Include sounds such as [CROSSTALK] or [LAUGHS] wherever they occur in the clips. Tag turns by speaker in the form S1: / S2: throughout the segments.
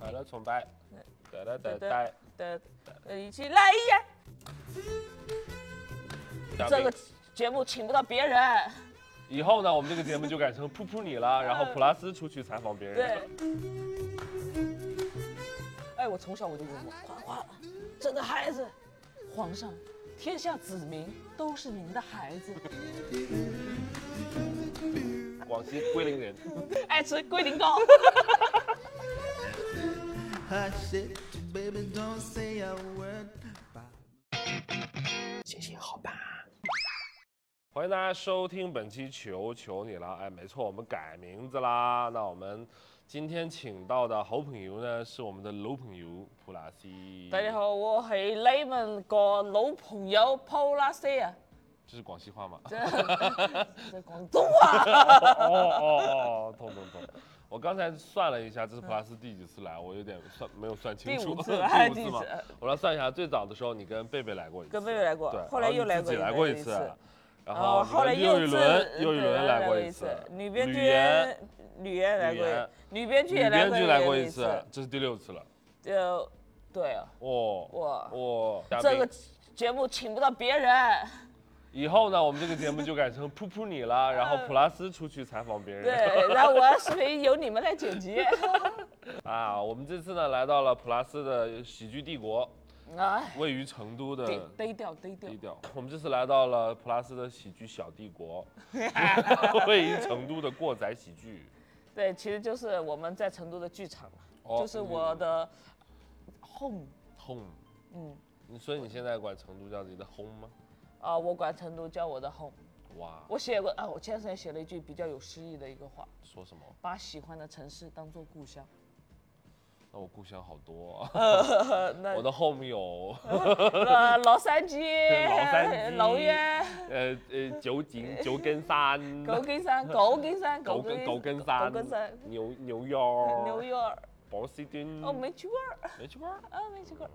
S1: 阿拉崇拜，得得得
S2: 得
S1: 得
S2: 得，呃一起来呀！
S1: 得，
S2: 这个节目请不到别人，
S1: 以后呢，我们这个节目就改成噗噗你
S2: [LAUGHS]
S1: 了，然后普拉斯出去采访别人
S2: 对。。哎，我从小我就问过花花，真的孩子，皇上，天下子民都是您的孩子。
S1: 广西桂林人，
S2: 爱哎吃龟苓膏。
S3: Hush it, baby, don't say a word. Bye.
S1: [LAUGHS] 欢迎大家收听本期《求求你了》。哎，没错，我们改名字啦。那我们今天请到的好朋友呢，是我们的老朋友普拉斯。
S2: [LAUGHS] 大家，好，我係你們個老朋友 Paula C 啊，
S1: 这是广西话
S2: [LAUGHS]
S1: 吗？
S2: 即係廣東話。
S1: 哦哦哦，痛痛痛！我刚才算了一下，这是普拉斯第几次来，我有点算没有算清楚。
S2: [LAUGHS] 第五次哎
S1: [LAUGHS] 第五
S2: 第五
S1: 次
S2: 次
S1: 吗？我来算一下，最早的时候你跟贝贝来过一次，
S2: 跟贝贝来过
S1: 对，
S2: 后来又
S1: 然
S2: 来
S1: 你自
S2: 过
S1: 己
S2: 一
S1: 来过
S2: 一
S1: 一次，啊然
S2: 然哦后
S1: 后
S2: 后来
S1: 又一
S2: 自 [LAUGHS]
S1: 轮又一
S2: 对
S1: 轮来过
S2: 过
S1: 一次，
S2: 女编剧
S1: 言，
S2: 女演来过
S1: 吕岩，
S2: 女编剧
S1: 女
S2: 也来
S1: 编
S2: 过，
S1: 剧来过一次，这是第六次了。
S2: 呃，对啊，
S1: 哦
S2: 哇
S1: 哦，嘉
S2: 这
S1: 宾
S2: 个节目请不到
S1: [LAUGHS]
S2: 别人，
S1: 以后呢，我们这个节目就改成噗噗你了，然后普拉斯出去采访别人。
S2: 对，然后我要视频由你们来
S1: [LAUGHS]
S2: 剪辑。
S1: 啊，我们这次呢来到了普拉斯的喜剧帝国，
S2: 哎，
S1: 位于成都的
S2: 低低调低调
S1: 呃低，调。我们这次来到了普拉斯的喜剧小帝
S2: [LAUGHS]
S1: 国，位于成都的过载喜剧。
S2: 对，其实就是我们在成都的剧场嘛，
S1: 哦
S2: 就是我的 home。
S1: home，
S2: 嗯，
S1: 你所以你现在管成都叫自己的 home 吗？
S2: 啊、我管成都叫我的 home。
S1: 哇，
S2: 我写过啊，我前段时间写了一句比较有诗意的一个话，
S1: 说什么？
S2: 把喜欢的城市当做故乡。
S1: 那我故乡好多啊，
S2: 呃，
S1: [LAUGHS]
S2: 那
S1: 我的 home 有，
S2: 呃老山鸡、
S1: 老山鸡
S2: 老岳、
S1: 呃呃，九
S2: [LAUGHS]
S1: 井、九根山、
S2: 狗根山、狗根
S1: [LAUGHS]
S2: 山、
S1: 狗
S2: 根
S1: 根狗根山、
S2: 狗根山、
S1: 牛牛
S2: [LAUGHS]
S1: 腰、
S2: 纽约尔。
S1: 波士顿。
S2: 哦，没去过儿
S1: 没去过。
S2: 啊，没去过儿。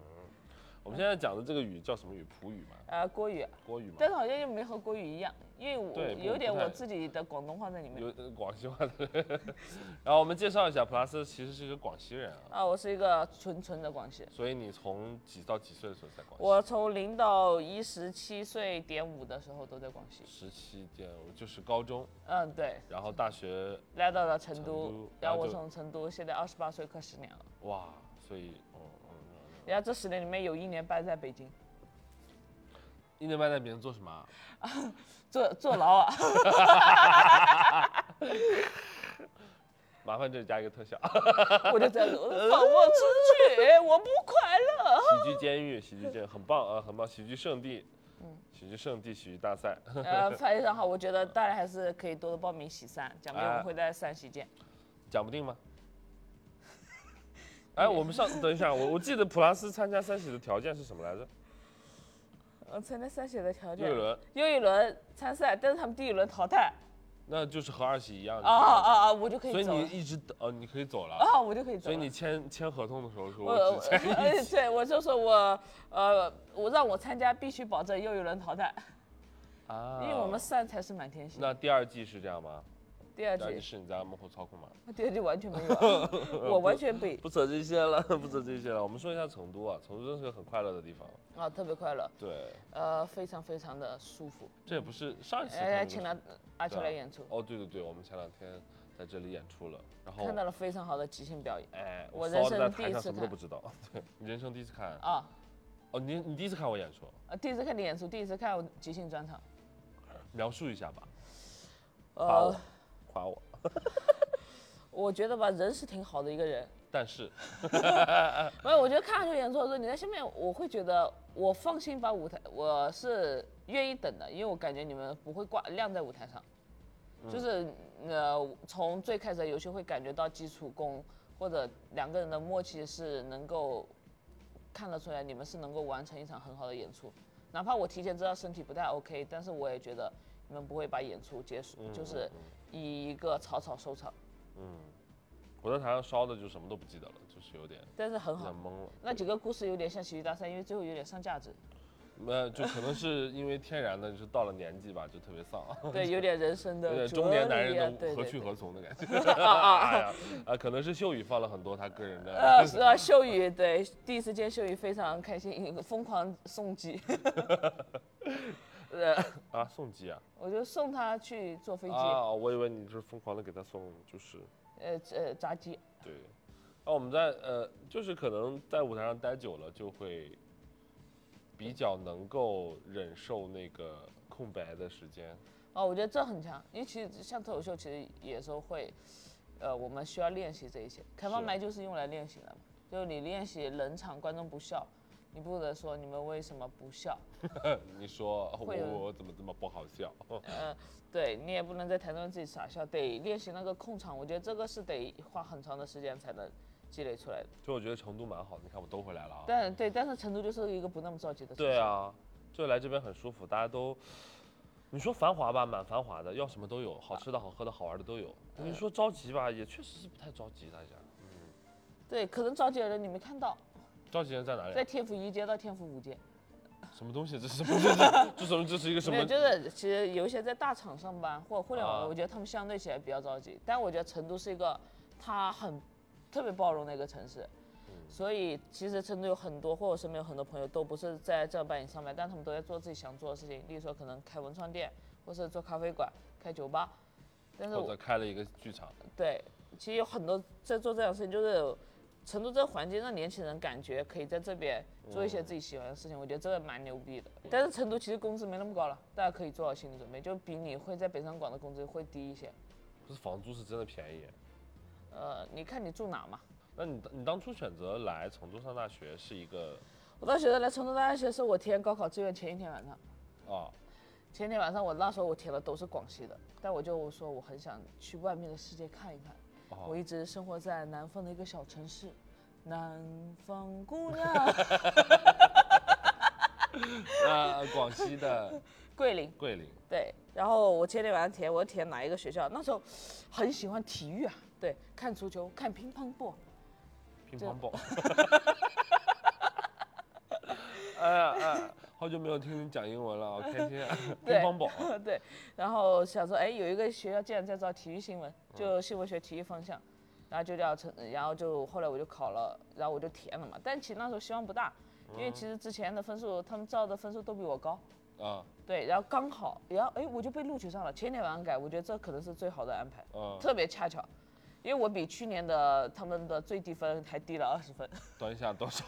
S1: 我们现在讲的这个语叫什么语？普语嘛，
S2: 呃，国语，
S1: 国语嘛。
S2: 但是好像又没呃和国语一样，因为呃我
S1: 对不
S2: 有点
S1: 不太
S2: 我自己的广东话在里面
S1: 有。呃广西话的， [LAUGHS] 然后我们介绍一下，普拉斯其实是一个广西人啊，
S2: 啊，我是一个纯纯的广西人。
S1: 所以你从几到几岁的时候在广西？
S2: 我从零到一十七岁点五的时候都在广西，
S1: 十七点五，就是高中，
S2: 嗯，对，
S1: 然后大学，
S2: 来到了成
S1: 成
S2: 都，
S1: 都
S2: 然后
S1: 然后
S2: 我
S1: 就
S2: 从成都现在二十八岁，快十年了。
S1: 哇，所以，嗯嗯嗯，
S2: 然后这十年里面有一年半在北京
S1: 一年半在别人做什么啊？
S2: 坐坐牢啊，
S1: 麻烦这里加一个特
S2: [LAUGHS]
S1: 效， [LAUGHS]
S2: 我就在楼上放我出去，我不快乐。
S1: 喜剧监狱，喜剧监狱很棒啊，很棒，喜剧圣地，
S2: 嗯
S1: 喜剧圣地，喜剧大赛，
S2: 呃，非常好，我觉得大家还是可以多多报名喜三，讲不
S1: 哎
S2: 定我们会在山西见。
S1: 讲不定
S2: [LAUGHS]
S1: 吗？哎，我们上等一下，我我记得普拉斯参加三喜的条件是什么来着？
S2: 呃，参加三喜的条件，
S1: 又一轮，
S2: 又一轮参赛，但是他们第一轮淘汰，
S1: 那就是和二喜一样的
S2: 啊啊啊，我就可
S1: 所以
S2: 以走了
S1: 你一直等，哦，你可以走了。
S2: 啊，我就可以走
S1: 所以
S2: 了
S1: 你。签签合同的时候说，
S2: 我
S1: 我
S2: 我
S1: 只签一
S2: 哎对，我就说我呃，我让我参加必须保证又一轮淘汰，
S1: 啊
S2: 因为我们三才是满天星。
S1: 那第二季是这样吗？
S2: 第二
S1: 第二季
S2: 季，
S1: 是你在幕后操控吗？
S2: 第二季完全没有
S1: [LAUGHS]
S2: 啊，我完全被
S1: 不扯这些了， [LAUGHS] 不扯这些了。我们说一下成都啊，成都真是个很快乐的地方。
S2: 啊特别快乐，
S1: 对，
S2: 呃，非常非常的舒服。
S1: 这也不是上一次
S2: 哎，
S1: 成都
S2: 请
S1: 是
S2: 了阿
S1: 对啊
S2: 秋来演出，
S1: 哦，对对对，我们前两天在这里演出了，然后
S2: 看到了非常好的即兴表演
S1: 哎，
S2: 我
S1: 骚
S2: 人
S1: 的在
S2: 生第
S1: 台
S2: 一
S1: 上
S2: 次
S1: 什么都
S2: 看
S1: 不知道。对，你人生第一次看
S2: 啊。
S1: 哦，你你第一次看我演出，
S2: 呃第一次看你演出，第一次看我即兴专场，
S1: 描述一下吧，夸我
S2: 呃，，
S1: 夸我。
S2: 我觉得吧，人是挺好的一个人，
S1: 但是
S2: 没有，我觉得看完这个演出的时候，你在下面，我会觉得我放心把舞台，我是愿意等的，因为我感觉你们不会挂晾在舞台上，就是呃，从最开始的游戏会感觉到基础功或者两个人的默契是能够看得出来，你们是能够完成一场很好的演出，哪怕我提前知道身体不太 OK，但是我也觉得你们不会把演出结束，就是以一个草草收场，
S1: 我在台上烧的就什么都不记得了，就是有点
S2: 但是很
S1: 有
S2: 好
S1: 点。懵了。
S2: 那几个故事有点像喜剧大赛，因为最后有点上价值。
S1: 那呃就可能是因为天然的，就是到了年纪吧，就特别丧，
S2: 对，有点人生
S1: 有
S2: 的
S1: 点中年
S2: 哲
S1: 男
S2: 理啊
S1: 人的
S2: 对
S1: 何
S2: 对
S1: 去
S2: 对 [LAUGHS]
S1: 何从的感觉。哎呀，啊，啊，可能是秀宇放了很多他个人的。
S2: 呃，是啊，秀宇对，第一次见秀宇非常开心，疯狂送
S1: [LAUGHS]
S2: 机。呃，
S1: 啊，送机啊！
S2: 我就送他去坐飞机，
S1: 啊，我以为你是疯狂的给他送，就是
S2: 呃呃，炸鸡。
S1: 对。那、我们在呃，就是可能在舞台上待久了，就会比较能够忍受那个空白的时间。
S2: 哦，我觉得这很强，因为其实像脱口秀，其实有时候会，呃，我们需要练习这一些。开放
S1: 是
S2: 麦就是用来练习的嘛，就是你练习冷场，观众不笑，你不能说你们为什么不笑，
S1: 你说啊
S2: 会有
S1: 我我怎么这么不好笑？
S2: 呃，对你也不能在台上自己傻笑，得练习那个控场。我觉得这个是得花很长的时间才能积累出来的。
S1: 就我觉得成都蛮好，你看我都回来了啊。
S2: 但对，但是成都就是一个不那么着急的城市。
S1: 对，啊，就来这边很舒服，大家都，你说繁华吧，蛮繁华的，要什么都有，好吃的好喝的好玩的都有。你说着急吧，也确实是不太着急，大家。
S2: 对，可能着急的人你没看到，
S1: 着急人在哪里
S2: 在
S1: 啊？
S2: 天府一街到天府五街，
S1: 什么东西？这是什 [LAUGHS] 么？这是这什么？这是一个什
S2: 没
S1: 么
S2: 有，？就是其实有一些在大厂上班或者互联网
S1: 啊
S2: 的，我觉得他们相对起来比较着急。但我觉得成都是一个它很特别包容的一个城市，
S1: 嗯
S2: 所以其实成都有很多，或者我身边有很多朋友都不是在正儿八经上班，但他们都在做自己想做的事情，例如说可能开文创店，或是做咖啡馆、开酒吧。但是
S1: 或
S2: 我
S1: 者开了一个剧场，
S2: 对，其实有很多在做这样的事情，就是成都这个环境让年轻人感觉可以在这边做一些自己喜欢的事情，我觉得这个蛮牛逼的。但是成都其实工资没那么高了，大家可以做好心理准备，就比你会在北上广的工资会低一些。
S1: 可是房租是真的便宜。
S2: 呃，你看你住哪嘛？
S1: 那你你当初选择来成都上大学是一个
S2: 我当时来成都大学是我填高考志愿前一天晚上， [LAUGHS]
S1: 啊，
S2: 前一天晚上我那时候我填的都是广西的，但我就说我很想去外面的世界看一看。
S1: 哦
S2: 我一直生活在南方的一个小城市，南方姑娘
S1: 那呃广西的
S2: 桂林。
S1: 桂林，
S2: 对，然后我前天晚上填，我填哪一个学校？那时候很喜欢体育啊，对，看足球，看乒乓波。
S1: 乒乓棒。 [LAUGHS] 哎呀哎呀，好久没有听你讲英文了，好
S2: [LAUGHS]
S1: 开心啊！乒
S2: 对
S1: 乓棒，
S2: [LAUGHS] 对，然后想说，哎，有一个学校竟然在招体育新闻，就新闻学体育方向，然后就叫成，然后就后来我就考了，然后我就填了嘛。但其实那时候希望不大，因为其实之前的分数，他们照的分数都比我高。
S1: 啊
S2: 对，然后刚好，然后哎，我就被录取上了。前天晚上改，我觉得这可能是最好的安排，
S1: 啊！
S2: 特别恰巧，因为我比去年的他们的最低分还低了二十分。
S1: 等一下多少？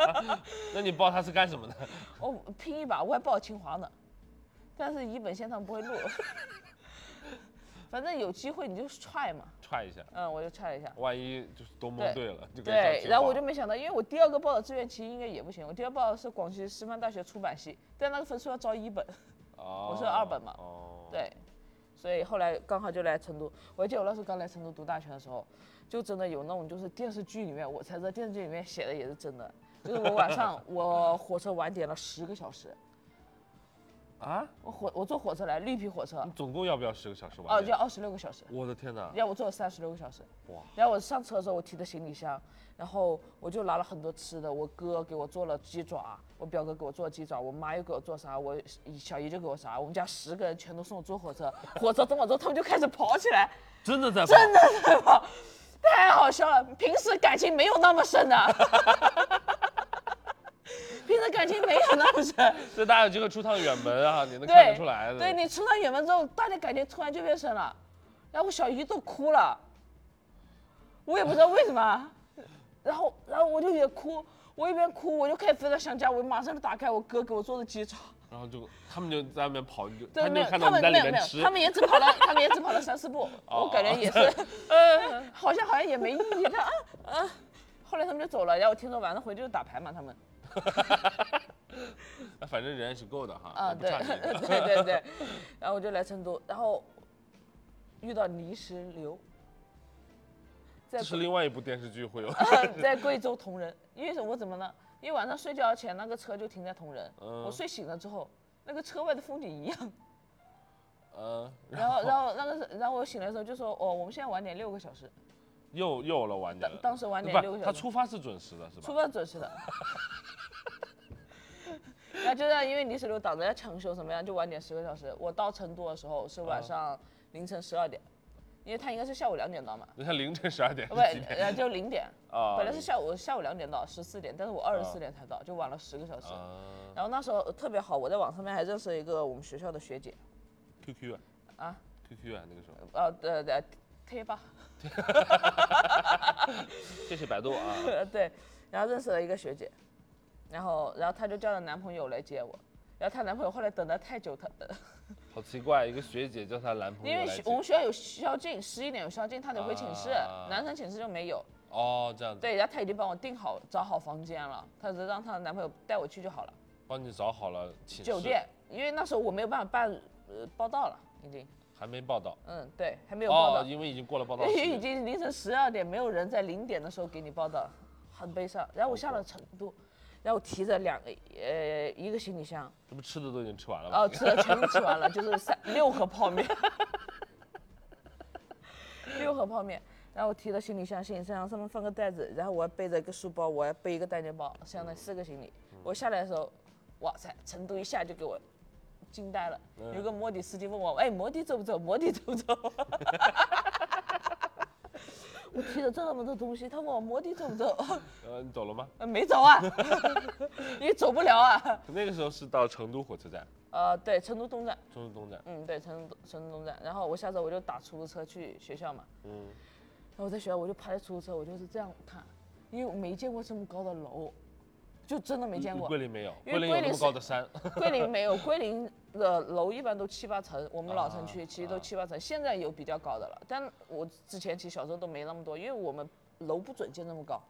S1: [LAUGHS] 那你报它是干什么的？
S2: 我哦拼一把，我还报清华呢，但是乙本线上不会录。 [LAUGHS] 反正有机会你就 try 嘛，
S1: 踹一下，
S2: 嗯，我就 try 了一下。
S1: 万一就是都蒙
S2: 对
S1: 对了，就可以上
S2: 对，
S1: 清
S2: 然后
S1: 华
S2: 我就没想到，因为我第二个报的志愿其实应该也不行，我第二报的是广西师范大学出版系，但那个分数要招一本，
S1: 哦
S2: 我是二本嘛
S1: 哦，
S2: 对，所以后来刚好就来成都。我记得我那时候刚来成都读大学的时候，就真的有那种就是电视剧里面，我才知道电视剧里面写的也是真的，就是我晚 [LAUGHS] 上我火车晚点了十个小时，
S1: 啊，
S2: 我火我坐火车来绿皮火车
S1: 你，总共要不要十个小时
S2: 哦，
S1: 晚
S2: 就
S1: 点？
S2: 二十六个小时。
S1: 我的天哪！
S2: 让我坐了三十六个小时。
S1: 哇
S2: 然后我上车的时候，我提的行李箱，然后我就拿了很多吃的。我哥给我做了鸡爪，我表哥给我做鸡爪，我妈又给我做啥，我小姨就给我啥。我们家十个人全都送我坐火车，火车登了之后，他们就开始跑起来，
S1: 真的在
S2: 真的在跑，太好笑了。平时感情没有那么深的、啊 [LAUGHS] 平时感情没有那么深。
S1: 所以大家有机会出趟远门啊，你能 [LAUGHS] 看
S2: 对，
S1: 得出来的。
S2: 对你出了远门之后，大家感觉突然就变深了，然后小姨都哭了，我也不知道为什么，
S1: [LAUGHS]
S2: 然后然后我就也哭，我一边哭我就开始非常想家，我马上就打开我哥给我做的鸡爪，
S1: 然后就他们就在外面跑，你就
S2: 对，
S1: 他们
S2: 没
S1: 就
S2: 有，
S1: 看到
S2: 他
S1: 你
S2: 们
S1: 在里
S2: 没有没
S1: 面
S2: 有，
S1: 吃
S2: 他。们也只跑了，他们也只跑了三四
S1: [LAUGHS]
S2: 步，我感觉也是，
S1: 哦
S2: 呃， [LAUGHS] 好像好像也没意义，他啊啊，后来他们就走了，然后我听说晚上回去就打牌嘛，他们。
S1: 反正人也是够的哈，
S2: 啊，
S1: 也不
S2: 对
S1: 差你一个
S2: [LAUGHS] 对对对，然后我就来成都，然后遇到泥石流，在
S1: 这是另外一部电视剧
S2: [LAUGHS]
S1: 会有。
S2: 贵呃在贵州铜仁，因为什么我怎么呢？因为晚上睡觉前那个车就停在铜仁，
S1: 嗯
S2: 我睡醒了之后，那个车外的风景一样，
S1: 嗯，
S2: 然后然后那个然后我醒来的时候就说哦，我们现在晚点六个小时，
S1: 又又有了晚点了。
S2: 当当时晚点
S1: 不是
S2: 六个小
S1: 他
S2: 时
S1: 出发是准时的，是吧？
S2: 出发准时的。 [LAUGHS] 然后就这样，因为泥石流挡着
S1: 啊
S2: 要抢修什么样，就晚点十个小时。我到成都的时候是晚上凌晨十二点，因为他应该是下午两点
S1: [LAUGHS]
S2: 到嘛，
S1: 人家凌晨十二点
S2: 呃
S1: 是几
S2: 不，
S1: 点？
S2: 呃，就零点。
S1: 啊
S2: 本来是下午下午两点到十四点，但是我二十
S1: 啊
S2: 四点才到，就晚了十个小时。
S1: 啊
S2: 然后那时候呃特别好，我在网上面还认识了一个我们学校的学姐，
S1: ，QQ 啊
S2: 啊，
S1: ，QQ 啊，那个时候，
S2: 呃呃呃，贴吧， [LAUGHS]
S1: 谢谢百度啊，
S2: 对，然后认识了一个学姐，然后然后她就叫她男朋友来接我，然后她男朋友后来等了太久，她、呃
S1: 好奇怪，一个学姐叫她男朋友
S2: 因为
S1: 来接
S2: 我们学校有宵禁，十一点有宵禁，她得回寝室，
S1: 啊
S2: 男生寝室就没有。
S1: 哦，这样子，
S2: 对，然后她已经帮我订好找好房间了，她只是让她的男朋友带我去就好了。
S1: 帮你找好了寝室
S2: 酒店，因为那时候我没有办法办呃报到了，已经，
S1: 还没报道，
S2: 嗯，对，还没有报到。
S1: 哦，因为已经过了报道
S2: 因
S1: 时
S2: 为已
S1: 间，
S2: 经凌晨十二点，没有人在零点的时候给你报道，很悲伤。然后我下了成都，然后提着两个呃一个行李箱，
S1: 这不吃的都已经吃完了
S2: 哦，
S1: 吗？
S2: 吃了全部吃完了，就是三六盒泡面， [LAUGHS] 六盒泡面。然后我提着行李箱，行李箱上面放个袋子，然后我还背着一个书包，我还背一个单肩包，相当于四个行李。我下来的时候，哇塞，成都一下就给我惊呆了。有个摩的司机问我，哎，摩的走不走？摩的走不走？ [LAUGHS] 我提着这么多东西，他问我摩的走不走？ [LAUGHS]
S1: 呃，你走了吗？
S2: 呃没走啊， [LAUGHS] 也走不了啊。
S1: 那个时候是到成都火车站，
S2: 呃，对，成都东站。
S1: 中山东站，
S2: 嗯，对，成都成都东站。然后我下周我就打出租车去学校嘛。嗯。然后我在学校我就趴在出租车，我就是这样看，因为我没见过这么高的楼，就真的没见过
S1: 桂。林没有，
S2: 因
S1: 桂
S2: 为
S1: 林有
S2: 桂
S1: 那
S2: 林
S1: 么
S2: 是
S1: 高的山， [LAUGHS]
S2: 桂林没有，桂林的楼一般都七八层，我们老城
S1: 啊
S2: 区其实都七八层，现在有比较高的了，但我之前其实小时候都没那么多，因为我们楼不准建那么高。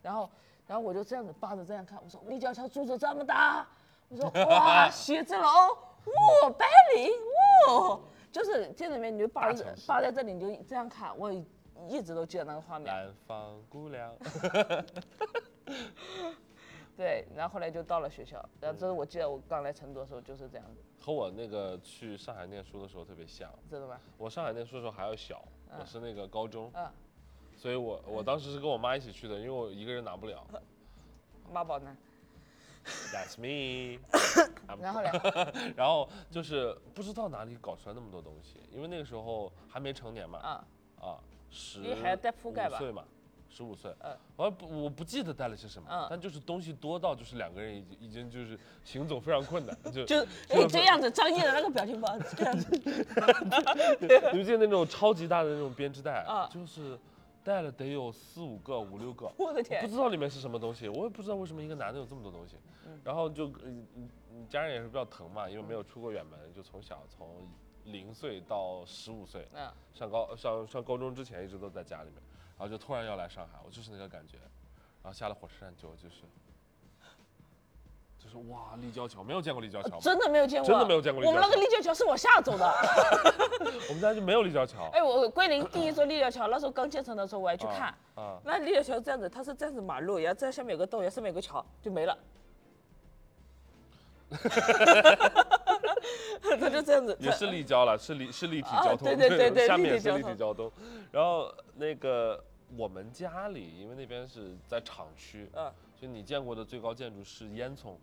S2: 然后，然后我就这样子扒着这样看，我说立交桥柱子这么大，我说
S1: [LAUGHS]
S2: 哇写字楼，哇白领，哇，就是这里面你就扒着
S1: 大城市
S2: 扒在这里你就这样看，我一直都记得那个画面。
S1: 南方姑娘，
S2: 对，然后后来就到了学校，然后这是
S1: 嗯
S2: 我记得我刚来成都的时候就是这样子，
S1: 和我那个去上海念书的时候特别像。
S2: 真的吗？
S1: 我上海念书的时候还要小，我是那个高中，
S2: 嗯，
S1: 所以我我当时是跟我妈一起去的，因为我一个人拿不
S2: [LAUGHS]
S1: 了。
S2: 妈宝男。
S1: That's me 。
S2: 然后嘞，
S1: 然后就是不知道哪里搞出来那么多东西，因为那个时候还没成年嘛，
S2: 啊，
S1: 啊，十
S2: 为还要带铺盖吧
S1: 五岁嘛，十五岁，
S2: 嗯
S1: 我不我不记得带了些什么，
S2: 嗯
S1: 但就是东西多到就是两个人已经已经就是行走非常困难，就
S2: [LAUGHS] 就哎这样子，张译的那个表情包，这样子， [LAUGHS]
S1: 你们记得那种超级大的那种编织袋，
S2: 啊
S1: 就是带了得有四五个、五六个，
S2: 我的
S1: 不
S2: 天，
S1: 知道里面是什么东西，我也不知道为什么一个男的有这么多东西。然后就嗯嗯嗯家人也是比较疼嘛，因为没有出过远门，就从小从零岁到十五岁，
S2: 嗯，
S1: 上高上上高中之前一直都在家里面，然后就突然要来上海，我就是那个感觉，然后下了火车站就就是。就是哇，立交桥没有见过立交桥吗，
S2: 啊真的没有见过，
S1: 真的没有见过立
S2: 我们
S1: 交
S2: 那个
S1: 桥
S2: 立交桥是往下走的，
S1: 我们家就没有立交桥。
S2: [LAUGHS] 哎，我桂
S1: [LAUGHS]
S2: 林第一座立交桥，那时候刚建成的时候我还去看，
S1: 啊啊
S2: 那立交桥这样子，它是这样子马路，然后这下面有个洞，然后上面有个桥，就没了。
S1: [LAUGHS]
S2: [LAUGHS] 它就这样子，
S1: 也是立交了，是立是立体
S2: 啊
S1: 交通，
S2: 对对对对
S1: 下
S2: 立
S1: 面也
S2: 体
S1: 是
S2: 交
S1: 立体
S2: 通
S1: 交通。然后那个我们家里，因为那边是在厂区，
S2: 嗯，
S1: 所以你见过的最高建筑是烟囱，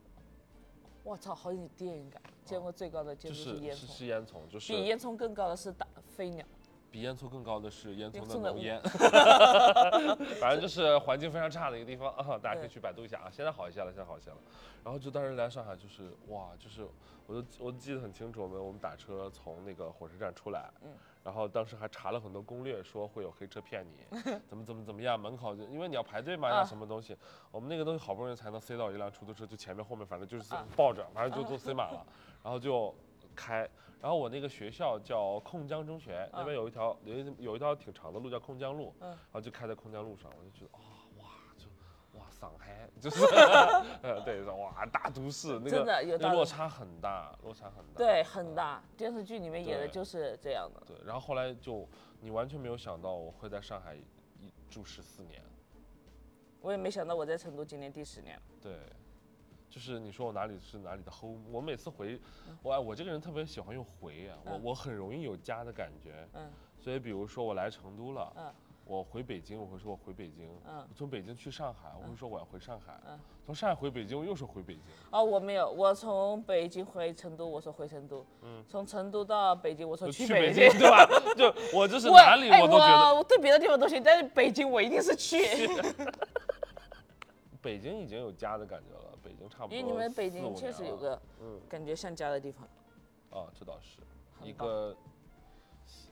S2: 我操，好有电影感。见过最高的建
S1: 就
S2: 筑
S1: 是
S2: 是烟
S1: 是
S2: 囱，
S1: 是烟囱，就是
S2: 比烟囱更高的是大飞鸟。
S1: 比烟囱更高的是烟囱
S2: 烟
S1: 的
S2: 囱的
S1: 浓
S2: 屋
S1: 烟， [LAUGHS]
S2: [LAUGHS]
S1: 反正就是环境非常差的一个地方啊，大家可以
S2: 对
S1: 去百度一下啊。现在好一些了，现在好一些了。然后就当时来上海就是哇，就是我都我记得很清楚，我们我们打车从那个火车站出来，
S2: 嗯
S1: 然后当时还查了很多攻略，说会有黑车骗你，
S2: [LAUGHS]
S1: 怎么怎么怎么样，门口就因为你要排队嘛，要
S2: 啊
S1: 什么东西，我们那个东西好不容易才能塞到一辆出租车，就前面后面反正就是
S2: 啊
S1: 抱着，反正就都塞满了，然后就开。然后我那个学校叫控江中学，那边有一条有一有一条挺长的路叫控江路，
S2: 嗯
S1: 然后就开在控江路上，我就觉得啊、哇，就哇上海就是，
S2: [LAUGHS]
S1: 呃对，哇大都市那
S2: 真
S1: 个
S2: 的有
S1: 那
S2: 大
S1: 落
S2: 都
S1: 差很大，落差很大，
S2: 对，很大。电视剧里面演的
S1: 对
S2: 就是这样的。
S1: 对，然后后来就你完全没有想到我会在上海一住十四年，
S2: 我也没想到我在成都今年第十年了。
S1: 对，就是你说我哪里是哪里的 home，我每次回，我哎我这个人特别喜欢用回啊，我
S2: 嗯
S1: 我很容易有家的感觉，
S2: 嗯
S1: 所以比如说我来成都了，
S2: 嗯，
S1: 我回北京，我会说我回北京。
S2: 嗯
S1: 我从北京去上海，我会说我要回上海。
S2: 嗯
S1: 从上海回北京，我又说回北京。
S2: 哦，我没有，我从北京回成都，我说回成都，从成都到北京，我
S1: 嗯
S2: 说
S1: 就
S2: 去
S1: 北
S2: [LAUGHS] 京。
S1: 对吧？ [LAUGHS] 就我就是
S2: 我
S1: 哪里
S2: 哎
S1: 我都觉得。
S2: 我对别的地方都行，但是北京我一定是去。
S1: 北京已经有家的感觉了，北京差不多。
S2: [LAUGHS] 因为你们北京确实有个
S1: 嗯
S2: 感觉像家的地方，
S1: 啊，这倒是
S2: 很
S1: 一
S2: 棒
S1: 个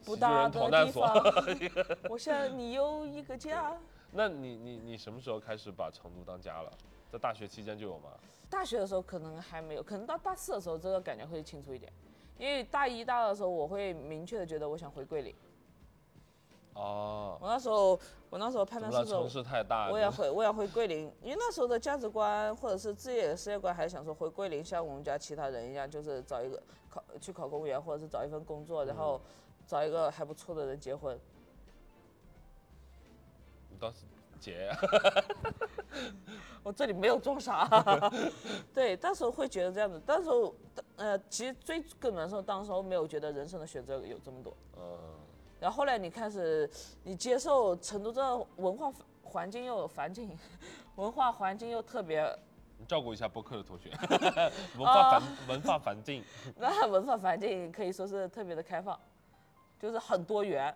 S2: 不
S1: 喜剧
S2: 大
S1: 人逃
S2: 的
S1: 难
S2: 地
S1: 所
S2: 方。
S1: [LAUGHS]
S2: 我向你有一个家。
S1: 那你你你什么时候开始把成都当家了？在大学期间就有吗？
S2: 大学的时候可能还没有，可能到大四的时候这个感觉会清楚一点，因为大一、大二的时候我会明确的觉得我想回桂林。
S1: 哦，
S2: 我那时候，我那时候判
S1: 怎
S2: 断
S1: 么了？
S2: 是否
S1: 城市太大，
S2: 我也
S1: 就是
S2: 回，我也回桂林，因为那时候的价值观或者是自己的世界观，还是想说回桂林，像我们家其他人一样，就是找一个考去考公务员，或者是找一份工作，然后找一个还不错的人结婚。
S1: 你当时姐，
S2: 我这里没有装傻，对，当时会觉得这样子，当时候呃，其实最根本的时候，当时候没有觉得人生的选择有这么多。
S1: 嗯，
S2: 然后后来你开始，你接受成都这文化环境又有环境， [LAUGHS] 文化环境又特别
S1: 你照顾一下播客的
S2: [LAUGHS]
S1: 同学，文化
S2: 啊
S1: 环文化环境，
S2: 那文化环境可以说是特别的开放，就是很多元。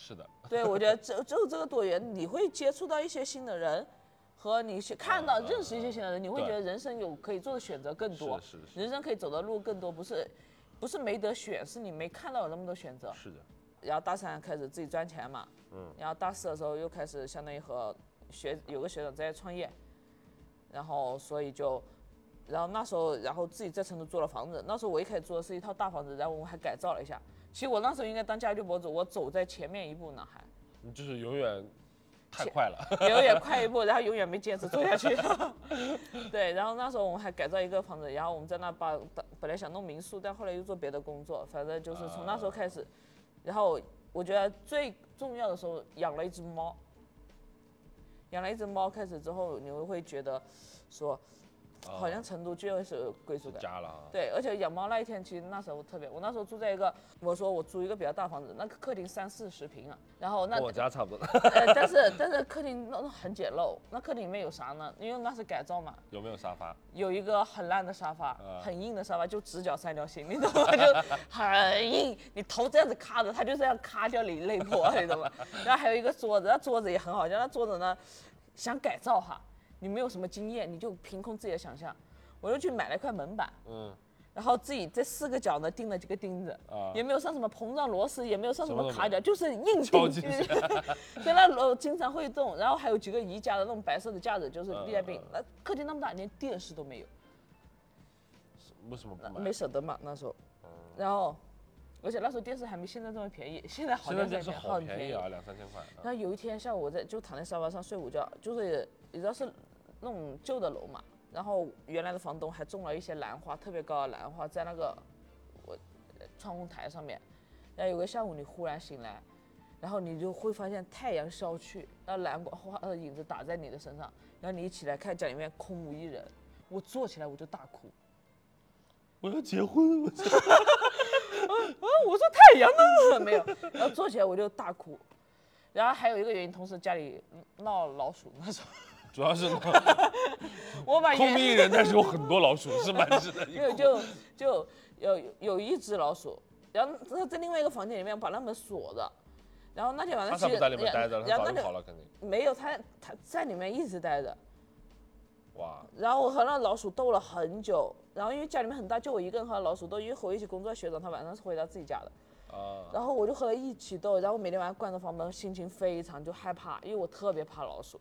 S1: 是的，
S2: 对我觉得只只有这个多元，你会接触到一些新的人，和你去看到、
S1: 嗯嗯
S2: 认识一些新的人，你会
S1: 对
S2: 觉得人生有可以做的选择更多，
S1: 是是是
S2: 人生可以走的路更多，不是不是没得选，是你没看到有那么多选择。
S1: 是的，
S2: 然后大三开始自己赚钱嘛，
S1: 嗯
S2: 然后大四的时候又开始相当于和学有个学长在创业，然后所以就，然后那时候然后自己在成都租了房子，那时候我一开始租的是一套大房子，然后我们还改造了一下。其实我那时候应该当家居博主，我走在前面一步呢，还
S1: 你就是永远太快
S2: [LAUGHS]
S1: 了，
S2: 永远快一步， [LAUGHS] 然后永远没坚持做下去。对，然后那时候我们还改造一个房子，然后我们在那把本本来想弄民宿，但后来又做别的工作，反正就是从那时候开始，然后我觉得最重要的时候养了一只猫，养了一只猫开始之后，你会会觉得说，
S1: 啊
S2: 好像成都就是有归属
S1: 是
S2: 感。
S1: 家了啊，
S2: 对，而且养猫那一天，其实那时候特别，我那时候住在一个，我说我租一个比较大房子，那个客厅三四十平啊，然后那
S1: 跟我家差不多，
S2: [LAUGHS] 呃，但是但是客厅弄得很简陋，那客厅里面有啥呢？因为那是改造嘛，
S1: 有没有沙发？
S2: 有一个很烂的沙发，
S1: 啊
S2: 很硬的沙发，就直角三角形，你懂吗？就
S1: [LAUGHS]
S2: 很硬，你头这样子卡着，它就这样卡掉你肋破，你懂吗？然后还有一个桌子，那桌子也很好笑，那桌子呢，想改造哈，你没有什么经验，你就凭空自己的想象，我就去买了一块门板，
S1: 嗯，
S2: 然后自己这四个角呢钉了几个钉子，
S1: 啊
S2: 也没有上什么膨胀螺丝，也没有上什
S1: 什
S2: 么
S1: 么都
S2: 卡
S1: 没
S2: 脚，
S1: 有
S2: 就是硬
S1: 敲
S2: 钉。
S1: 进去
S2: 所以那楼经常会动，然后还有几个宜家的那种白色的架子，就是
S1: 嗯
S2: 立在边
S1: 嗯嗯。
S2: 那客厅那么大，连电视都没有，
S1: 为什么不
S2: 那
S1: 买？
S2: 没舍得嘛那时候。
S1: 嗯
S2: 然后，而且那时候电视还没现在这么便宜，现在好
S1: 现
S2: 像
S1: 在电视好
S2: 很
S1: 便
S2: 便
S1: 宜
S2: 宜。
S1: 啊，两三千块。
S2: 然后有一天下午，我在就躺在沙发上睡午觉，就是你知道是那种旧的楼嘛，然后原来的房东还种了一些兰花，特别高的兰花在那个我呃窗户台上面。然后有个下午你忽然醒来，然后你就会发现太阳消去，然后兰花的影子打在你的身上，然后你一起来看家里面空无一人，我坐起来我就大哭，
S1: 我要结婚，我
S2: 啊，我说太阳呢？没有，然后坐起来我就大哭。然后还有一个原因，同时家里闹老鼠那时候。
S1: [LAUGHS] 主要
S2: [LAUGHS]
S1: 是呢
S2: 我把
S1: 空
S2: 原
S1: 地一人，但是有很多老鼠，是满
S2: [LAUGHS]
S1: 是的一
S2: 没有
S1: 股。
S2: 就就有有一只老鼠，然后它在另外一个房间里面把那门锁着，然后那天晚上
S1: 他
S2: 其
S1: 才
S2: 实
S1: 不在里面
S2: 然
S1: 待着，他
S2: 然
S1: 早
S2: 后那
S1: 就
S2: 天
S1: 跑了，肯定。
S2: 没有它它在里面一直待着，
S1: 哇，
S2: 然后我和那老鼠斗了很久，然后因为家里面很大，就我一个人和老鼠斗，因为和我一起工作的学长他晚上是回到自己家的，
S1: 啊，
S2: 然后我就和他一起斗，然后每天晚上关着房门，心情非常就害怕，因为我特别怕老鼠。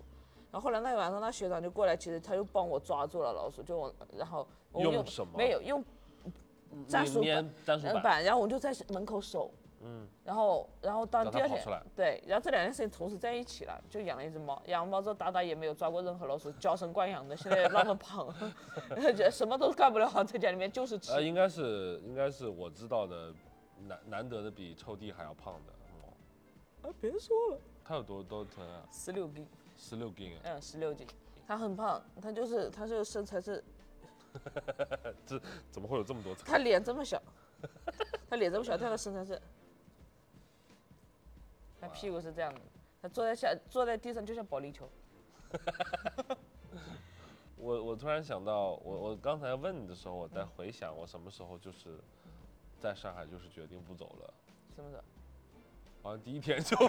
S2: 然后后来那天晚上，那学长就过来，其实他就帮我抓住了老鼠，就我，然后我们
S1: 用什么
S2: 没有用嗯战术
S1: 粘
S2: 板
S1: 战术
S2: 呃
S1: 板，
S2: 板，然后我就在门口守，嗯，然后然后当
S1: 让
S2: 第
S1: 它
S2: 二
S1: 跑
S2: 天
S1: 出来，
S2: 对，然后这两件事情同时在一起了，就养了一只猫，养了猫之后达达也没有抓过任何老鼠，娇生惯养的，现在那么胖， [LAUGHS] 觉得什么都干不了，在家里面就是吃
S1: 呃，，应该是应该是我知道的难难得的比臭弟还要胖的猫，
S2: 啊，别说了，
S1: 它有多多疼啊？
S2: 十六斤，
S1: 十六斤啊，
S2: 嗯，十六斤，它很胖，它就是它这个身材是，
S1: 这怎么会有这么多疼？
S2: 它脸这么
S1: [LAUGHS]
S2: 小，它脸这么小，但它的身材是，它屁股是这样的，它他坐在下坐在地上就像保龄球。
S1: 我我突然想到，我我刚才问你的时候，我在
S2: 嗯
S1: 回想我什么时候就是在上海就是决定不走了，
S2: 什么时候？
S1: 好像第一天就
S2: [LAUGHS]